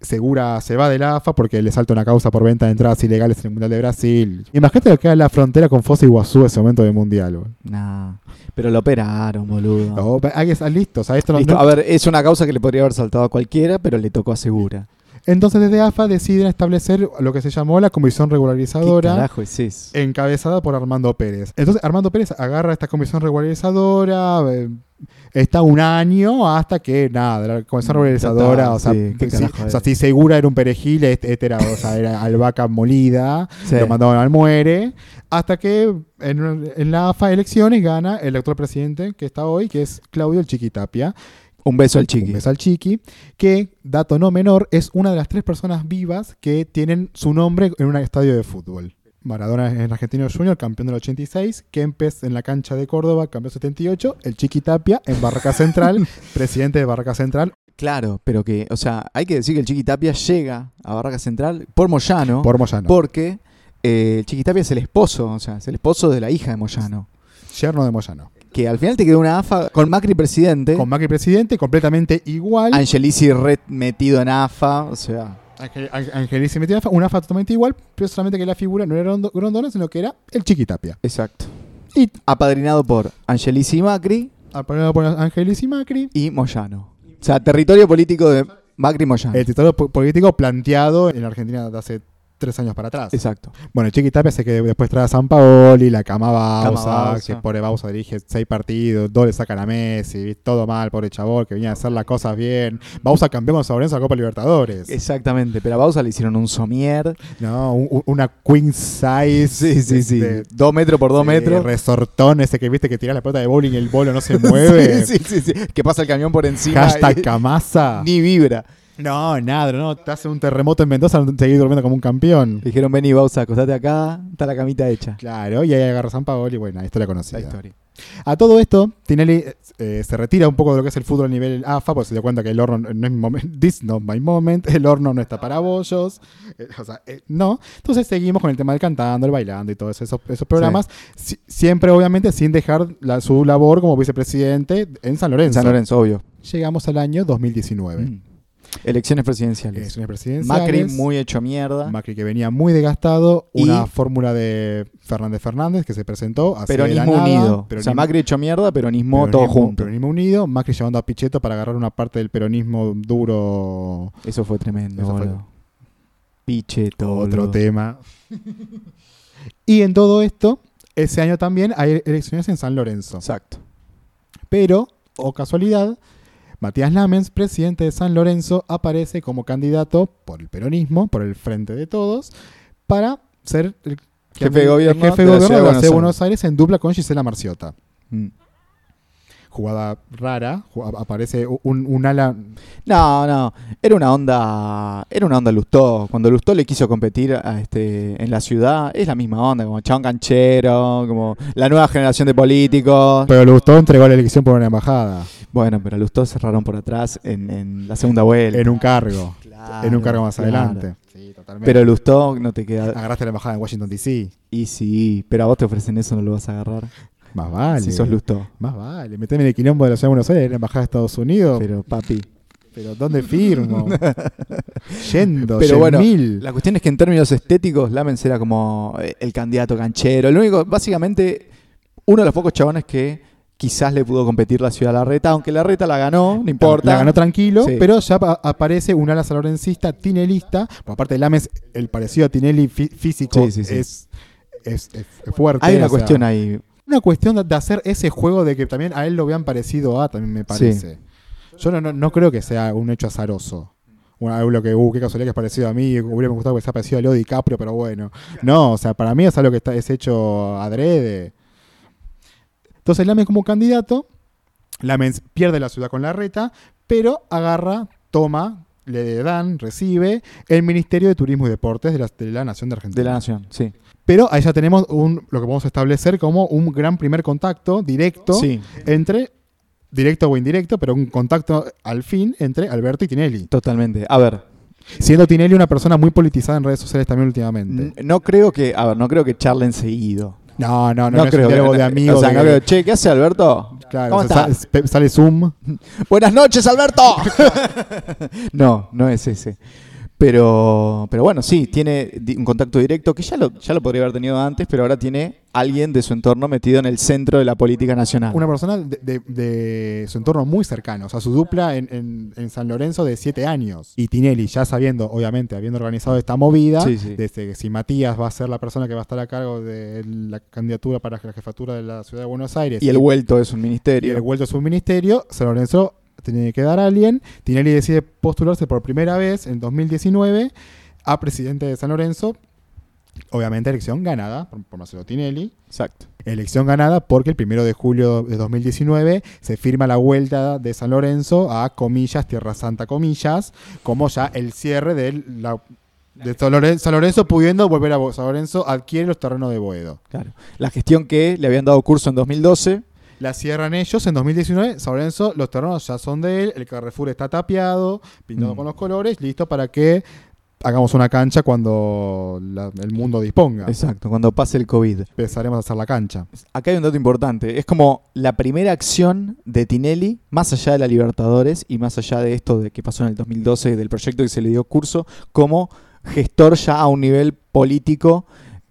Speaker 4: Segura se va de la AFA porque le salta una causa por venta de entradas ilegales en el Mundial de Brasil. Imagínate lo que era la frontera con Foz y Iguazú ese momento del Mundial. boludo.
Speaker 3: Nah. Pero lo operaron, boludo.
Speaker 4: No, pero hay que estar listos. a esto no-
Speaker 3: Listo,
Speaker 4: no-
Speaker 3: A ver, es una causa que le podría haber saltado a cualquiera, pero le tocó a Segura.
Speaker 4: Entonces desde AFA deciden establecer lo que se llamó la Comisión
Speaker 3: ¿Qué
Speaker 4: Regularizadora.
Speaker 3: carajo es eso?
Speaker 4: Eh, encabezada por Armando Pérez. Entonces Armando Pérez agarra esta comisión regularizadora, eh, está un año hasta que nada, la comisión
Speaker 3: Mm,
Speaker 4: regularizadora,
Speaker 3: total,
Speaker 4: o sea,
Speaker 3: sí, qué
Speaker 4: si-
Speaker 3: carajo
Speaker 4: o sea,
Speaker 3: es.
Speaker 4: si segura era un perejil, este, este era, o sea, era albahaca molida,
Speaker 3: Sí.
Speaker 4: lo mandaron al muere, hasta que en, en la AFA elecciones gana el actual presidente que está hoy, que es Claudio el Chiquitapia.
Speaker 3: Un beso al chiqui.
Speaker 4: Un beso al Chiqui, que, dato no menor, es una de las tres personas vivas que tienen su nombre en un estadio de fútbol. Maradona es argentino junior, campeón del 86, Kempes en la cancha de Córdoba, campeón 78, el Chiqui Tapia en Barraca Central, presidente de Barraca Central,
Speaker 3: Claro, pero que, o sea, hay que decir que el Chiqui Tapia llega a Barraca Central por Moyano,
Speaker 4: por Moyano.
Speaker 3: porque eh, el Chiqui Tapia es el esposo, o sea, es el esposo de la hija de Moyano.
Speaker 4: Yerno de Moyano.
Speaker 3: Que al final te quedó una AFA con Macri presidente,
Speaker 4: Con Macri presidente, completamente igual.
Speaker 3: Angelici re metido en AFA, o sea,
Speaker 4: Angel- Ang- Angelici metió una fa- una fa totalmente igual, pero solamente que la figura no era Rondo- Grondona, sino que era el Chiqui Tapia.
Speaker 3: exacto.
Speaker 4: Y
Speaker 3: Apadrinado por Angelici Macri
Speaker 4: apoyado por Angelici Macri,
Speaker 3: y Moyano. O sea, territorio político de Macri y Moyano.
Speaker 4: El título Este, po- político planteado en la Argentina de hace tres años para atrás.
Speaker 3: Exacto.
Speaker 4: Bueno, Chiqui Tapia se que después trae a San Paoli, la cama
Speaker 3: Cama
Speaker 4: Bausa,
Speaker 3: Bausa.
Speaker 4: que pobre Bausa dirige seis partidos, dos le sacan a Messi, todo mal, pobre chabón, que venía a hacer las cosas bien. Bausa campeón con Saurenzo a Copa Libertadores.
Speaker 3: Exactamente, pero a Bausa le hicieron un somier.
Speaker 4: No, un- un- una queen size. este,
Speaker 3: dos metros por dos
Speaker 4: eh,
Speaker 3: metros.
Speaker 4: Resortón ese que viste que tira la pelota de bowling y el bolo no se mueve.
Speaker 3: Sí, sí, sí, sí. Que pasa el camión por encima.
Speaker 4: Hashtag
Speaker 3: y-
Speaker 4: Camasa.
Speaker 3: Ni vibra.
Speaker 4: No, nada, no. Te hace un terremoto en Mendoza, seguís durmiendo como un campeón.
Speaker 3: Le dijeron, vení, Bausa, acostate acá, está la camita hecha.
Speaker 4: Claro, y ahí agarra San Paolo y bueno, la historia
Speaker 3: La
Speaker 4: conocida.
Speaker 3: historia.
Speaker 4: A todo esto, Tinelli eh, se retira un poco de lo que es el fútbol a nivel AFA, porque se dio cuenta que el horno no es mi momento, this not my moment, el horno no está para bollos, eh, o sea, eh, no. Entonces seguimos con el tema del cantando, el bailando y todos esos, esos programas, si- siempre obviamente sin dejar la- su labor como vicepresidente en San
Speaker 3: En
Speaker 4: Lorenzo.
Speaker 3: San Lorenzo, obvio.
Speaker 4: Llegamos al año 2019.
Speaker 3: Mm. Elecciones presidenciales.
Speaker 4: Elecciones presidenciales.
Speaker 3: Macri muy hecho mierda.
Speaker 4: Macri que venía muy desgastado,
Speaker 3: Y-
Speaker 4: una fórmula de Fernández Fernández que se presentó hace
Speaker 3: Peronismo unido. o sea, Macri hecho mierda, peronismo todo junto.
Speaker 4: Peronismo unido, Macri llevando a Pichetto para agarrar una parte del peronismo duro.
Speaker 3: Eso fue tremendo,
Speaker 4: Eso fue-
Speaker 3: boludo. Picheto,
Speaker 4: Otro
Speaker 3: boludo.
Speaker 4: tema. y en todo esto, ese año también hay elecciones en San Lorenzo.
Speaker 3: Exacto.
Speaker 4: Pero, o casualidad, Matías Lamens, presidente de San Lorenzo, aparece como candidato por el peronismo, por el Frente de Todos, para ser el
Speaker 3: Jefe de gobierno
Speaker 4: jefe
Speaker 3: de la
Speaker 4: de
Speaker 3: ciudad de
Speaker 4: gobierno de la
Speaker 3: Buenos
Speaker 4: ciudad de
Speaker 3: Aires.
Speaker 4: Buenos Aires en dupla con Gisela Marciota.
Speaker 3: Mm.
Speaker 4: Jugada rara, ju- aparece un, un ala
Speaker 3: No, no, era una onda, era una onda Lustó. Cuando Lustó le quiso competir a este, en la ciudad, es la misma onda, como chabón canchero, como la nueva generación de políticos.
Speaker 4: Pero Lustó entregó la elección por una embajada.
Speaker 3: Bueno, pero a Lustó cerraron por atrás en, en la segunda vuelta.
Speaker 4: En un cargo.
Speaker 3: Claro,
Speaker 4: en un cargo más
Speaker 3: claro.
Speaker 4: adelante. Ah. Sí, totalmente.
Speaker 3: Pero Lustó no te queda.
Speaker 4: Agarraste la embajada en Washington DC.
Speaker 3: Y sí, pero a vos te ofrecen eso, no lo vas a agarrar.
Speaker 4: Más vale.
Speaker 3: Si sos Lustó.
Speaker 4: Más vale. Meteme en el quilombo de la ciudad de Buenos Aires, en la embajada de Estados Unidos.
Speaker 3: Pero
Speaker 4: Pero,
Speaker 3: papi.
Speaker 4: ¿dónde firmo? Yendo,
Speaker 3: Pero bueno,
Speaker 4: mil.
Speaker 3: La cuestión es que en términos estéticos, Lamens era como eh, el candidato canchero. El único, básicamente, uno de los pocos chabones que quizás le pudo competir la ciudad a la reta, aunque la reta la ganó, no importa.
Speaker 4: La ganó tranquilo,
Speaker 3: Sí.
Speaker 4: pero ya pa- aparece un ala salorencista tinelista. Por aparte, Lames, el parecido a Tinelli fí- físico
Speaker 3: Sí, sí, sí.
Speaker 4: Es, es- es fuerte.
Speaker 3: Hay una
Speaker 4: o sea,
Speaker 3: cuestión ahí.
Speaker 4: una cuestión de- de hacer ese juego de que también a él lo vean parecido a, también me parece. Yo no, no, no creo que sea un hecho azaroso. Una, algo que, uh, qué casualidad que es parecido a mí, hubiera gustado que sea parecido a Leo DiCaprio, pero bueno. No, o sea, para mí es algo que está, es hecho adrede. Entonces Lamens como candidato, Lamens pierde la ciudad con la reta, pero agarra, toma, le dan, recibe el Ministerio de Turismo y Deportes de la, de la Nación de Argentina.
Speaker 3: De la nación, sí.
Speaker 4: Pero ahí ya tenemos un, lo que podemos establecer como un gran primer contacto directo
Speaker 3: Sí,
Speaker 4: entre, directo o indirecto, pero un contacto al fin entre Alberto y Tinelli.
Speaker 3: totalmente. A ver,
Speaker 4: Siendo Tinelli una persona muy politizada en redes sociales también últimamente.
Speaker 3: n- no creo que, a ver, no creo que charlen seguido.
Speaker 4: Mm, No, no, no,
Speaker 3: No,
Speaker 4: no es un
Speaker 3: creo.
Speaker 4: diálogo
Speaker 3: no-
Speaker 4: de amigos.
Speaker 3: O sea,
Speaker 4: de-
Speaker 3: no creo. Che, ¿qué hace Alberto?
Speaker 4: Claro,
Speaker 3: ¿Cómo
Speaker 4: o sea,
Speaker 3: estás?
Speaker 4: sa- sale Zoom.
Speaker 3: Buenas noches, Alberto. no, no es ese. Pero, pero bueno, sí, tiene di- un contacto directo que ya lo, ya lo podría haber tenido antes, pero ahora tiene alguien de su entorno metido en el centro de la política nacional.
Speaker 4: Una persona de, de- de su entorno muy cercano, o sea, su dupla en, en- en San Lorenzo de 7 años. Y Tinelli, ya sabiendo, obviamente, habiendo organizado esta movida,
Speaker 3: Sí, sí.
Speaker 4: desde que si Matías va a ser la persona que va a estar a cargo de la candidatura para la jefatura de la ciudad de Buenos Aires.
Speaker 3: y el vuelto es un
Speaker 4: y el
Speaker 3: ministerio.
Speaker 4: vuelto a su ministerio, San Lorenzo tiene que dar a alguien. Tinelli decide postularse por primera vez en 2019 a presidente de San Lorenzo. Obviamente, elección ganada por, por Marcelo Tinelli.
Speaker 3: Exacto.
Speaker 4: Elección ganada porque el primero de julio de 2019 se firma la vuelta de San Lorenzo a comillas, Tierra Santa, comillas, como ya el cierre de, la, de San, Lorenzo, San Lorenzo pudiendo volver a Bo- San Lorenzo, adquiere los terrenos de Boedo.
Speaker 3: Claro. La gestión que le habían dado curso en 2012.
Speaker 4: La cierran ellos en 2019. San Lorenzo, los terrenos ya son de él. El Carrefour está tapiado, pintado
Speaker 3: Mm.
Speaker 4: con los colores, listo para que hagamos una cancha cuando la- el mundo disponga.
Speaker 3: Exacto, cuando pase el COVID.
Speaker 4: Empezaremos a hacer la cancha.
Speaker 3: Acá hay un dato importante. Es como la primera acción de Tinelli, más allá de la Libertadores y más allá de esto de que pasó en el 2012, del proyecto que se le dio curso, como gestor ya a un nivel político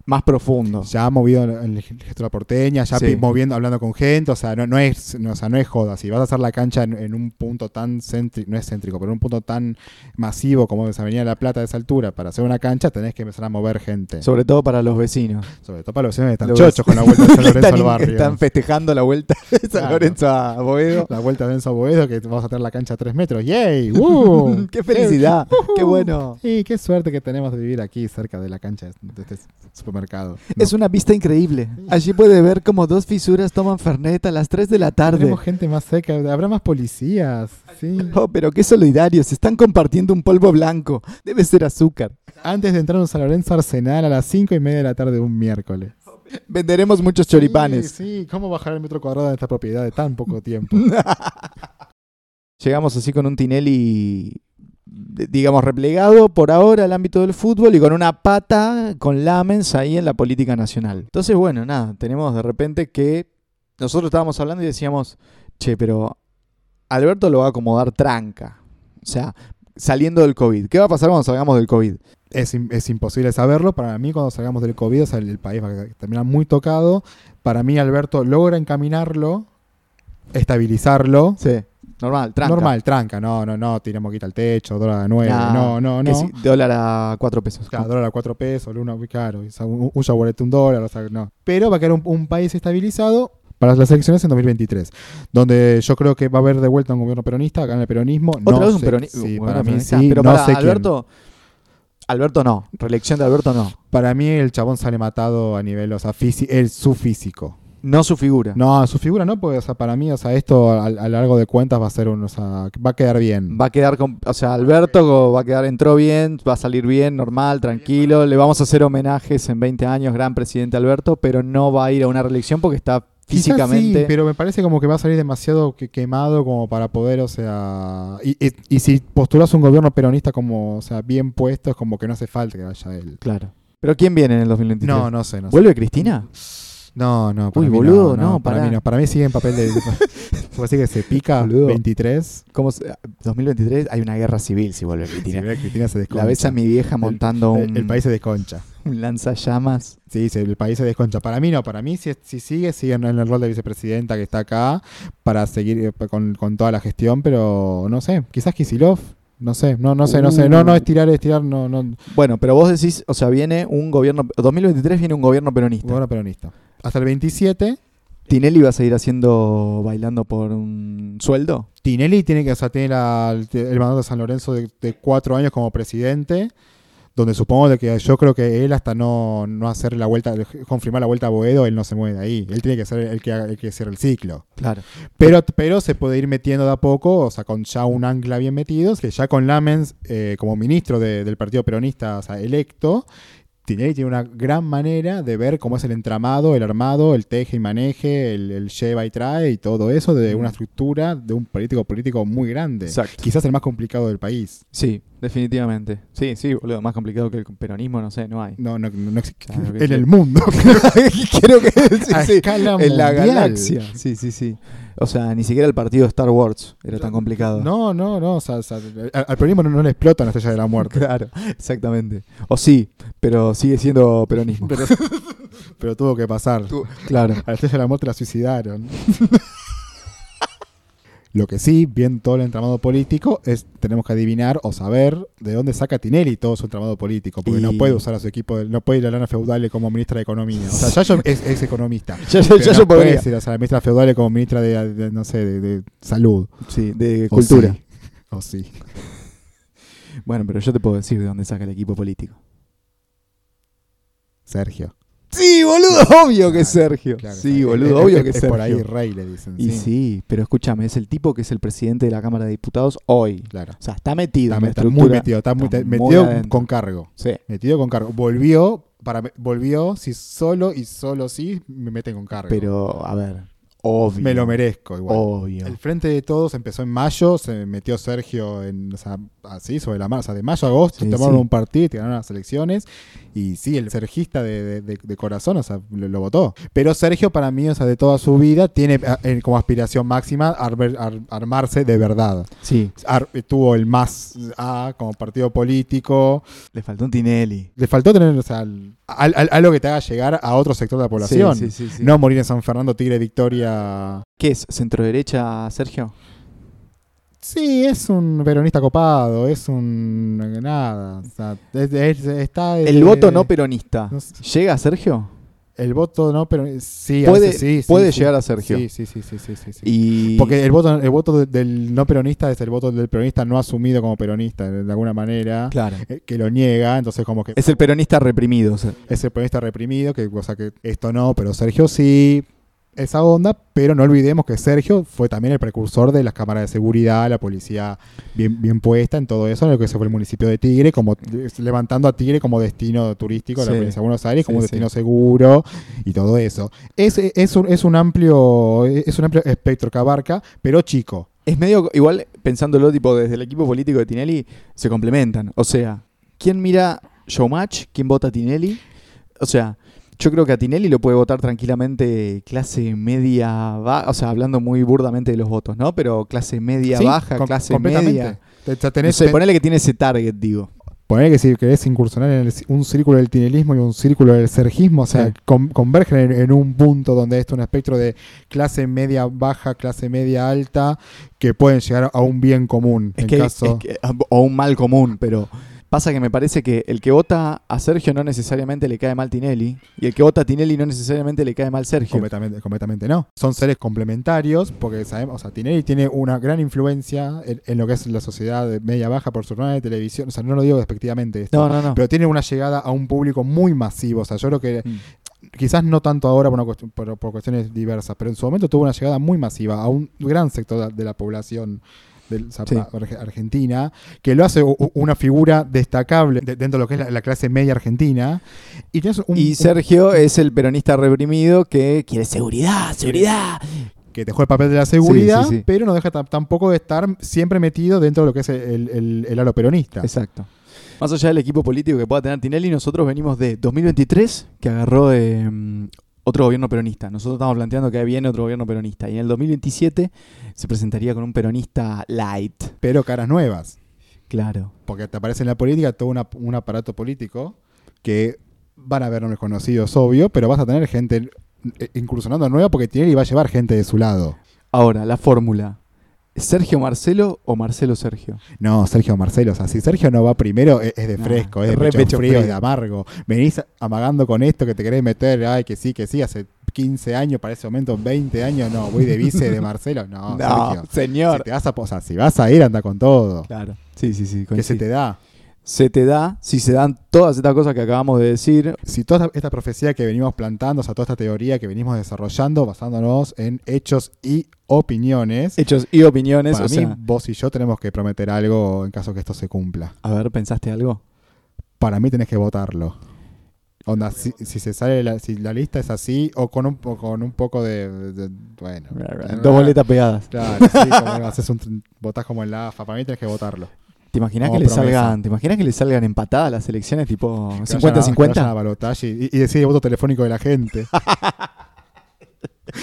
Speaker 3: más profundo.
Speaker 4: Ya ha movido en el gesto de la porteña, ya
Speaker 3: Sí.
Speaker 4: pi- moviendo, hablando con gente. O sea, no, no es, no, o sea, no es joda. Si vas a hacer la cancha en, en un punto tan céntrico, no es céntrico, pero en un punto tan masivo como es Avenida de la Plata de esa altura, para hacer una cancha tenés que empezar a mover gente. Sobre,
Speaker 3: Sobre todo para los vecinos.
Speaker 4: todo para los vecinos que están
Speaker 3: Los
Speaker 4: chochos con la vuelta de San Lorenzo
Speaker 3: están,
Speaker 4: al
Speaker 3: in-
Speaker 4: barrio.
Speaker 3: están festejando la vuelta de San
Speaker 4: Claro.
Speaker 3: Lorenzo a Boedo.
Speaker 4: La vuelta de Enzo Boedo, que vamos a tener la cancha a 3 metros. ¡Yay! ¡Uh!
Speaker 3: ¡Qué felicidad! ¡Qué bueno!
Speaker 4: Y qué suerte que tenemos de vivir aquí cerca de la cancha de este supermercado.
Speaker 3: Es una vista increíble. Allí puede ver como dos fisuras toman Fernet a las 3 de la tarde.
Speaker 4: Tenemos gente más cerca, habrá más policías. Sí.
Speaker 3: Oh, pero qué solidarios, están compartiendo un polvo blanco. Debe ser azúcar.
Speaker 4: Antes de entrar a San Lorenzo Arsenal a las 5 y media de la tarde un miércoles.
Speaker 3: Venderemos muchos choripanes.
Speaker 4: Sí, sí, ¿cómo bajar el metro cuadrado de esta propiedad de tan poco tiempo?
Speaker 3: Llegamos así con un Tinelli, de- digamos, replegado por ahora al ámbito del fútbol y con una pata con Lamens ahí en la política nacional. Entonces, bueno, nada, tenemos de repente que nosotros estábamos hablando y decíamos, che, pero Alberto lo va a acomodar tranca. O sea, saliendo del COVID. ¿Qué va a pasar cuando salgamos del COVID?
Speaker 4: es, im- es imposible saberlo. Para mí, cuando salgamos del COVID, o sea, el, el país va a terminar muy tocado. Para mí, Alberto logra encaminarlo, estabilizarlo.
Speaker 3: Sí, normal, tranca.
Speaker 4: Normal, tranca. No, no, no, tiramos quita al techo, dólar a 9.
Speaker 3: Nah,
Speaker 4: No, no,
Speaker 3: que
Speaker 4: no.
Speaker 3: sí, dólar a cuatro pesos.
Speaker 4: Claro, dólar a 4 pesos, luna muy caro. y sa- Un, un yaguareté un dólar, o sea, no. Pero va a quedar un, un país estabilizado para las elecciones en 2023. Donde yo creo que va a haber de vuelta un gobierno peronista, gana el peronismo.
Speaker 3: Otra
Speaker 4: no
Speaker 3: vez un
Speaker 4: sé,
Speaker 3: peronista.
Speaker 4: Sí, para mí sí,
Speaker 3: pero
Speaker 4: no
Speaker 3: para
Speaker 4: sé quién.
Speaker 3: Alberto. Alberto no. Reelección de Alberto no.
Speaker 4: Para mí el chabón sale matado a nivel, o sea, fisi- el, su físico.
Speaker 3: No su figura.
Speaker 4: No, su figura no, porque, o sea, para mí, o sea, esto a, a lo largo de cuentas va a ser un, o sea, va a quedar bien.
Speaker 3: Va a quedar con. O sea, Alberto go- va a quedar, entró bien, va a salir bien, normal, tranquilo. Le vamos a hacer homenajes en 20 años, gran presidente Alberto, pero no va a ir a una reelección porque está
Speaker 4: Quizás
Speaker 3: físicamente.
Speaker 4: sí, pero me parece como que va a salir demasiado que- quemado como para poder, o sea. Y, y- y si postulas un gobierno peronista como, o sea, bien puesto, es como que no hace falta que vaya él.
Speaker 3: Claro. Pero ¿quién viene en el 2023?
Speaker 4: No, no sé, no sé.
Speaker 3: ¿Vuelve Cristina?
Speaker 4: No, no, para
Speaker 3: Uy,
Speaker 4: mí
Speaker 3: boludo, no,
Speaker 4: para
Speaker 3: pará.
Speaker 4: mí no. Para mí sigue en papel de. Puede ser que se pica
Speaker 3: Boludo.
Speaker 4: 23.
Speaker 3: ¿Cómo se- 2023 hay una guerra civil si vuelve
Speaker 4: Si
Speaker 3: Cristina.
Speaker 4: ve a Cristina se desconcha.
Speaker 3: La ves a mi vieja montando
Speaker 4: el,
Speaker 3: un,
Speaker 4: el país se desconcha.
Speaker 3: un lanzallamas.
Speaker 4: Sí, sí, el país se desconcha. Para mí no, para mí si, si sigue, sigue en el rol de vicepresidenta que está acá para seguir eh, con, con toda la gestión, pero no sé, quizás Kisilov, no sé, no, no sé, no sé, no, no, estirar, estirar, no, no,
Speaker 3: Bueno, pero vos decís, o sea, viene un gobierno. 2023 viene un gobierno peronista.
Speaker 4: bueno, peronista. Hasta el 27,
Speaker 3: ¿Tinelli va a seguir haciendo bailando por un sueldo?
Speaker 4: Tinelli tiene que, o sea, tiene la- el mandato de San Lorenzo de, de cuatro años como presidente, donde supongo de que yo creo que él hasta no, no hacer la vuelta, confirmar la vuelta a Boedo, él no se mueve de ahí. Él tiene que ser el que, haga- el que cierre el ciclo.
Speaker 3: Claro.
Speaker 4: Pero, pero se puede ir metiendo de a poco, o sea, con ya un ancla bien metido, que ya con Lamens eh, como ministro de- del Partido Peronista, o sea, electo, Tinelli tiene una gran manera de ver cómo es el entramado, el armado, el teje y maneje, el, el lleva y trae y todo eso de una estructura de un político político muy grande.
Speaker 3: Exacto.
Speaker 4: Quizás el más complicado del país.
Speaker 3: Sí, definitivamente. Sí, sí, boludo, más complicado que el peronismo, no sé, no hay.
Speaker 4: No, no, no existe.
Speaker 3: Claro que
Speaker 4: en
Speaker 3: sí.
Speaker 4: el mundo.
Speaker 3: Creo que sí,
Speaker 4: a
Speaker 3: sí,
Speaker 4: escala
Speaker 3: en la
Speaker 4: mundial.
Speaker 3: galaxia. Sí, sí, sí. O sea, ni siquiera el partido Star Wars era tan complicado.
Speaker 4: No, no, no. o sea, o sea, al, al peronismo no, no le explota la estrella de la muerte.
Speaker 3: Claro, exactamente. O sí, pero sigue siendo peronismo.
Speaker 4: Pero, pero tuvo que pasar.
Speaker 3: Claro.
Speaker 4: A la estrella de la muerte la suicidaron. Lo que sí, bien todo el entramado político, es tenemos que adivinar o saber de dónde saca Tinelli todo su entramado político, porque
Speaker 3: Y-
Speaker 4: no puede usar a su equipo, de- no puede ir a Lana Feudale como ministra de Economía. O sea, Yayo es, es economista.
Speaker 3: Ya, ya,
Speaker 4: pero
Speaker 3: ya
Speaker 4: no
Speaker 3: yo podría.
Speaker 4: puede ir a la ministra Feudale como ministra de, de- no sé, de, de salud.
Speaker 3: Sí, de
Speaker 4: O
Speaker 3: cultura.
Speaker 4: sí. O sí.
Speaker 3: Bueno, pero yo te puedo decir de dónde saca el equipo político.
Speaker 4: Sergio.
Speaker 3: Sí, boludo, obvio que
Speaker 4: Claro,
Speaker 3: Sergio.
Speaker 4: Claro,
Speaker 3: sí,
Speaker 4: es-
Speaker 3: boludo,
Speaker 4: es-
Speaker 3: obvio
Speaker 4: es-
Speaker 3: que
Speaker 4: es
Speaker 3: Sergio.
Speaker 4: Por ahí rey le dicen.
Speaker 3: Y sí, pero escúchame, es el tipo que es el presidente de la Cámara de Diputados hoy.
Speaker 4: Claro.
Speaker 3: O sea, está metido
Speaker 4: Está,
Speaker 3: en la
Speaker 4: está muy
Speaker 3: estructura.
Speaker 4: metido, está muy,
Speaker 3: Está
Speaker 4: te-
Speaker 3: muy
Speaker 4: metido
Speaker 3: adentro.
Speaker 4: con cargo.
Speaker 3: Sí.
Speaker 4: Metido con cargo. Volvió, para, volvió, si solo y solo sí, me meten con cargo.
Speaker 3: Pero, a ver, obvio.
Speaker 4: me lo merezco igual.
Speaker 3: Obvio.
Speaker 4: El frente de todos empezó en mayo, se metió Sergio en, o sea, así, sobre la marcha. O sea, de mayo a agosto
Speaker 3: Sí,
Speaker 4: tomaron
Speaker 3: sí.
Speaker 4: un partido y te ganaron las elecciones. Y sí, el sergista de, de- de- de corazón, o sea, lo, lo votó. Pero Sergio, para mí, o sea, de toda su vida, tiene a- en- como aspiración máxima armer- ar- armarse de verdad.
Speaker 3: Sí,
Speaker 4: Ar- tuvo el más A como partido político.
Speaker 3: le faltó un Tinelli.
Speaker 4: Le faltó tener, o sea, al- al- al- algo que te haga llegar a otro sector de la población.
Speaker 3: Sí, sí, sí, sí.
Speaker 4: No morir en San Fernando, Tigre, Victoria.
Speaker 3: ¿Qué es? ¿Centroderecha, Sergio?
Speaker 4: Sí, es un peronista copado, es un. Nada. o sea, es- es- está.
Speaker 3: El
Speaker 4: eh,
Speaker 3: voto no peronista.
Speaker 4: no sé.
Speaker 3: ¿Llega Sergio?
Speaker 4: El voto no, pero. eh, Sí, a
Speaker 3: Puede-
Speaker 4: veces sí, sí,
Speaker 3: puede
Speaker 4: sí.
Speaker 3: llegar a Sergio.
Speaker 4: Sí, sí, sí, sí. sí, sí, sí.
Speaker 3: Y...
Speaker 4: Porque el voto, el voto del no peronista es el voto del peronista no asumido como peronista, de alguna manera.
Speaker 3: Claro.
Speaker 4: eh, Que lo niega, entonces, como que.
Speaker 3: Es el peronista reprimido. o sea,
Speaker 4: ese peronista reprimido, que, o sea, que esto no, pero Sergio sí, esa onda, pero no olvidemos que Sergio fue también el precursor de las cámaras de seguridad, la policía bien, bien puesta en todo eso, en lo que se fue el municipio de Tigre, como levantando a Tigre como destino turístico de
Speaker 3: Sí.
Speaker 4: la provincia de Buenos Aires, como
Speaker 3: Sí,
Speaker 4: destino seguro y todo eso. Es, es, un, es un amplio, es un amplio espectro que abarca, pero chico.
Speaker 3: Es medio, igual pensándolo, tipo, desde el equipo político de Tinelli, se complementan. O sea, ¿quién mira Showmatch? ¿Quién vota a Tinelli? O sea, yo creo que a Tinelli lo puede votar tranquilamente clase media baja, o sea, hablando muy burdamente de los votos, ¿no? Pero clase media
Speaker 4: Sí,
Speaker 3: baja,
Speaker 4: com-
Speaker 3: clase
Speaker 4: completamente.
Speaker 3: media.
Speaker 4: O sea,
Speaker 3: No
Speaker 4: tenés-
Speaker 3: sé, ponele que tiene ese target, digo.
Speaker 4: Poner que si querés incursionar en el- un círculo del tinelismo y un círculo del sergismo, o sea,
Speaker 3: Sí.
Speaker 4: con- convergen en, en un punto donde esto es un espectro de clase media baja, clase media alta, que pueden llegar a un bien común.
Speaker 3: Es
Speaker 4: en
Speaker 3: que,
Speaker 4: caso,
Speaker 3: es que- ah, o un mal común, pero pasa que me parece que el que vota a Sergio no necesariamente le cae mal Tinelli, y el que vota a Tinelli no necesariamente le cae mal Sergio.
Speaker 4: completamente, completamente no. Son seres complementarios, porque sabemos, o sea, Tinelli tiene una gran influencia en, en lo que es la sociedad de media baja por su programa de televisión. O sea, no lo digo despectivamente esto.
Speaker 3: No, no, no.
Speaker 4: Pero tiene una llegada a un público muy masivo. O sea, yo creo que
Speaker 3: Mm.
Speaker 4: quizás no tanto ahora por, una cuestión- por- por cuestiones diversas, pero en su momento tuvo una llegada muy masiva a un gran sector de la, de la población del- o sea,
Speaker 3: Sí.
Speaker 4: arge- argentina, que lo hace u- u- una figura destacable de- dentro de lo que es la, la clase media argentina. Y, tenés un-
Speaker 3: Y
Speaker 4: un-
Speaker 3: Sergio es el peronista reprimido que quiere seguridad, seguridad.
Speaker 4: que dejó el papel de la seguridad,
Speaker 3: Sí, sí, sí.
Speaker 4: pero no deja ta- tampoco de estar siempre metido dentro de lo que es el, el, el halo peronista.
Speaker 3: Exacto. Más allá del equipo político que pueda tener Tinelli, nosotros venimos de 2023, que agarró eh, mm, otro gobierno peronista. Nosotros estamos planteando que viene otro gobierno peronista. Y en el 2027 se presentaría con un peronista light.
Speaker 4: Pero caras nuevas.
Speaker 3: Claro.
Speaker 4: porque te aparece en la política todo una- un aparato político que van a haber nombres conocidos, obvio, pero vas a tener gente eh, incursionando nueva porque Tinelli va a llevar gente de su lado.
Speaker 3: Ahora, la fórmula. ¿Sergio Marcelo o Marcelo Sergio?
Speaker 4: No, Sergio Marcelo, o sea, si Sergio no va primero e-, es, es de
Speaker 3: Nah,
Speaker 4: fresco, es de
Speaker 3: re
Speaker 4: pecho,
Speaker 3: pecho
Speaker 4: frío,
Speaker 3: frío.
Speaker 4: es de amargo. Venís amagando con esto que te querés meter, ay, que sí, que sí, hace 15 años, para ese momento 20 años, no, voy de vice de Marcelo, no, Ah, Sergio. Si,
Speaker 3: señor.
Speaker 4: te vas a, o sea, si vas a ir, anda con todo.
Speaker 3: Claro. Sí, sí, sí.
Speaker 4: Que se
Speaker 3: coincido.
Speaker 4: te da.
Speaker 3: se te da, si se dan todas estas cosas que acabamos de decir,
Speaker 4: si toda esta, esta profecía que venimos plantando, o sea, toda esta teoría que venimos desarrollando basándonos en hechos y opiniones,
Speaker 3: hechos y opiniones,
Speaker 4: para
Speaker 3: o
Speaker 4: mí,
Speaker 3: sea,
Speaker 4: vos y yo tenemos que prometer algo en caso que esto se cumpla.
Speaker 3: a ver, ¿pensaste algo?
Speaker 4: Para mí tenés que votarlo. Onda, si, si se sale la, si la lista es así, o con un, o con un poco de, de- de- Bueno.
Speaker 3: Dos boletas pegadas.
Speaker 4: Claro, sí, como haces un. Votás como en la AFA. Para mí tenés que votarlo.
Speaker 3: ¿Te imaginas
Speaker 4: Como
Speaker 3: que le
Speaker 4: promesa.
Speaker 3: salgan, te imaginas que le salgan empatadas las elecciones tipo
Speaker 4: Que vayan a- que vayan a
Speaker 3: 50-50?
Speaker 4: balotaje y, y decir el voto telefónico de la gente.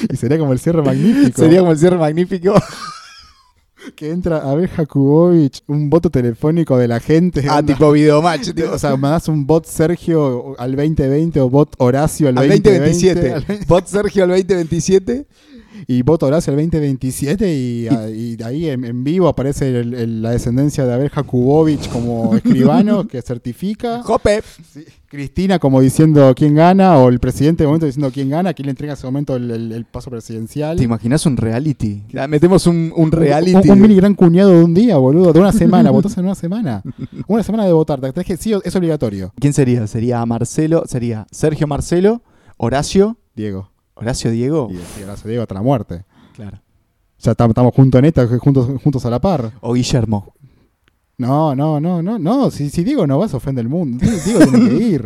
Speaker 4: y sería como el cierre magnífico.
Speaker 3: Sería como el cierre magnífico.
Speaker 4: que entra a ver Jakubovich, un voto telefónico de la gente.
Speaker 3: ah,
Speaker 4: onda.
Speaker 3: tipo videomatch. tipo,
Speaker 4: O sea, mandás un bot Sergio al 2020 o bot Horacio al,
Speaker 3: al
Speaker 4: 2027.
Speaker 3: 2027. Bot Sergio al 2027.
Speaker 4: y voto Horacio al 2027 y, a- y de ahí en, en vivo aparece el- el- la descendencia de Abel Jakubovich como escribano que certifica.
Speaker 3: Jope.
Speaker 4: Sí, Cristina como diciendo quién gana o el presidente de momento diciendo quién gana, quién le entrega en ese momento el, el- el paso presidencial.
Speaker 3: ¿Te imaginas un reality? Ah, Metemos un, un reality.
Speaker 4: Un, un mini gran cuñado de un día, boludo, de una semana, votás en una semana. Una semana de votar, te tenés que- sí, es obligatorio.
Speaker 3: ¿Quién sería? Sería Marcelo, sería Sergio Marcelo, Horacio,
Speaker 4: Diego.
Speaker 3: Horacio Diego.
Speaker 4: Y y ahora se Diego hasta la muerte.
Speaker 3: Claro.
Speaker 4: Ya tam- estamos juntos en esta, juntos, juntos a la par.
Speaker 3: O Guillermo.
Speaker 4: No, no, no, no, no. Si, si Diego no va, se ofende el mundo. Di- Diego tiene que ir.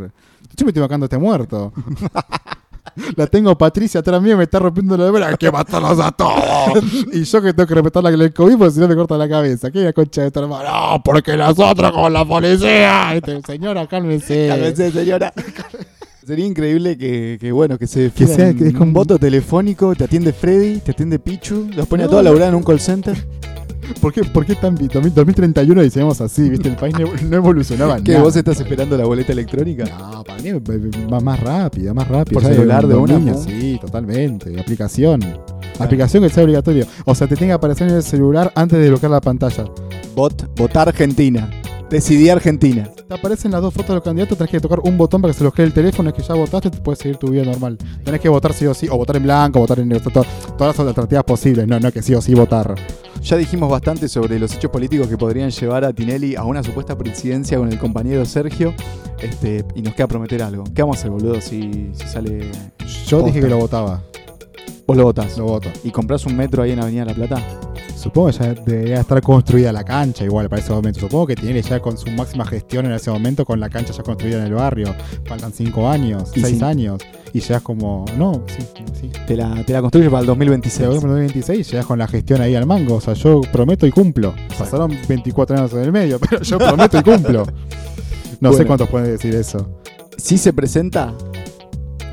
Speaker 4: Yo me estoy bancando a este muerto. La tengo a Patricia atrás mía, me está rompiendo la hebra. que matarlos a todos! Y yo que tengo que respetar la que le COVID porque si no me corta la cabeza. ¿Qué la concha de tu hermano? ¡No! Porque nosotros con la policía. Este, señora, cálmese.
Speaker 3: Cálmese, señora. Eh, Sería increíble que, que, bueno, que se
Speaker 4: Que
Speaker 3: definan
Speaker 4: sea- que es
Speaker 3: un
Speaker 4: como-
Speaker 3: voto telefónico, te atiende Freddy, te atiende Pichu, los pone a
Speaker 4: No.
Speaker 3: todos a laburar en un call center.
Speaker 4: ¿Por qué, por qué tan 2031 diseñamos así? ¿Viste? El país no no evolucionaba
Speaker 3: ¿Qué,
Speaker 4: nada.
Speaker 3: vos estás esperando la boleta electrónica?
Speaker 4: No, para mí va más rápida, más rápida.
Speaker 3: Por celular de una, ¿no?
Speaker 4: Sí, totalmente. Aplicación. Aplicación que sea obligatorio. O sea, te tenga que aparecer en el celular antes de bloquear la pantalla.
Speaker 3: Vot, votar Argentina. Decidí Argentina.
Speaker 4: Te aparecen las dos fotos de los candidatos, tenés que tocar un botón para que se los quede el teléfono. Es que ya votaste, te puedes seguir tu vida normal. Tenés que votar sí o sí, o votar en blanco, votar en negro, to- todas las alternativas posibles. No, no, que sí o sí votar.
Speaker 3: Ya dijimos bastante sobre los hechos políticos que podrían llevar a Tinelli a una supuesta presidencia con el compañero Sergio. Este, y nos queda prometer algo. ¿Qué vamos a hacer, boludo, si, si sale.
Speaker 4: Yo
Speaker 3: Posta.
Speaker 4: dije que lo votaba.
Speaker 3: Vos lo votás.
Speaker 4: Lo voto.
Speaker 3: ¿Y compras un metro ahí en Avenida La Plata?
Speaker 4: Supongo que ya debería estar construida la cancha igual para ese momento. Supongo que tiene ya con su máxima gestión en ese momento con la cancha ya construida en el barrio. Faltan 5 años,
Speaker 3: Y
Speaker 4: 6
Speaker 3: sin-
Speaker 4: años. Y llegas como... No, sí, sí.
Speaker 3: Te la, te la construyes para el
Speaker 4: Si en
Speaker 3: 2026.
Speaker 4: 2026 llegas con la gestión ahí al mango. O sea, yo prometo y cumplo. Pasaron 24 años en el medio, pero yo prometo y cumplo. No sé
Speaker 3: Bueno.
Speaker 4: cuántos pueden decir eso.
Speaker 3: Si se presenta,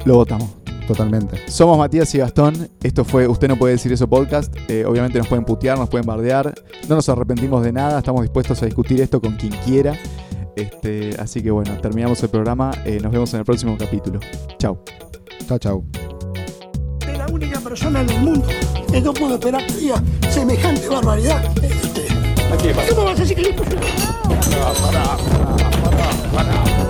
Speaker 3: lo votamos.
Speaker 4: Totalmente.
Speaker 3: Somos Matías y Gastón. Esto fue Usted no puede decir eso podcast. Eh, obviamente nos pueden putear, nos pueden bardear. No nos arrepentimos de nada. Estamos dispuestos a discutir esto con quien quiera. Este, así que bueno, terminamos el programa. Eh, nos vemos en el próximo capítulo. Chao.
Speaker 4: Chao, chao.
Speaker 1: de la única persona en el mundo que no puedo esperar que diga semejante barbaridad. Este, ¿Cómo vas a decir que yo-
Speaker 2: Pará, pará, pará, pará.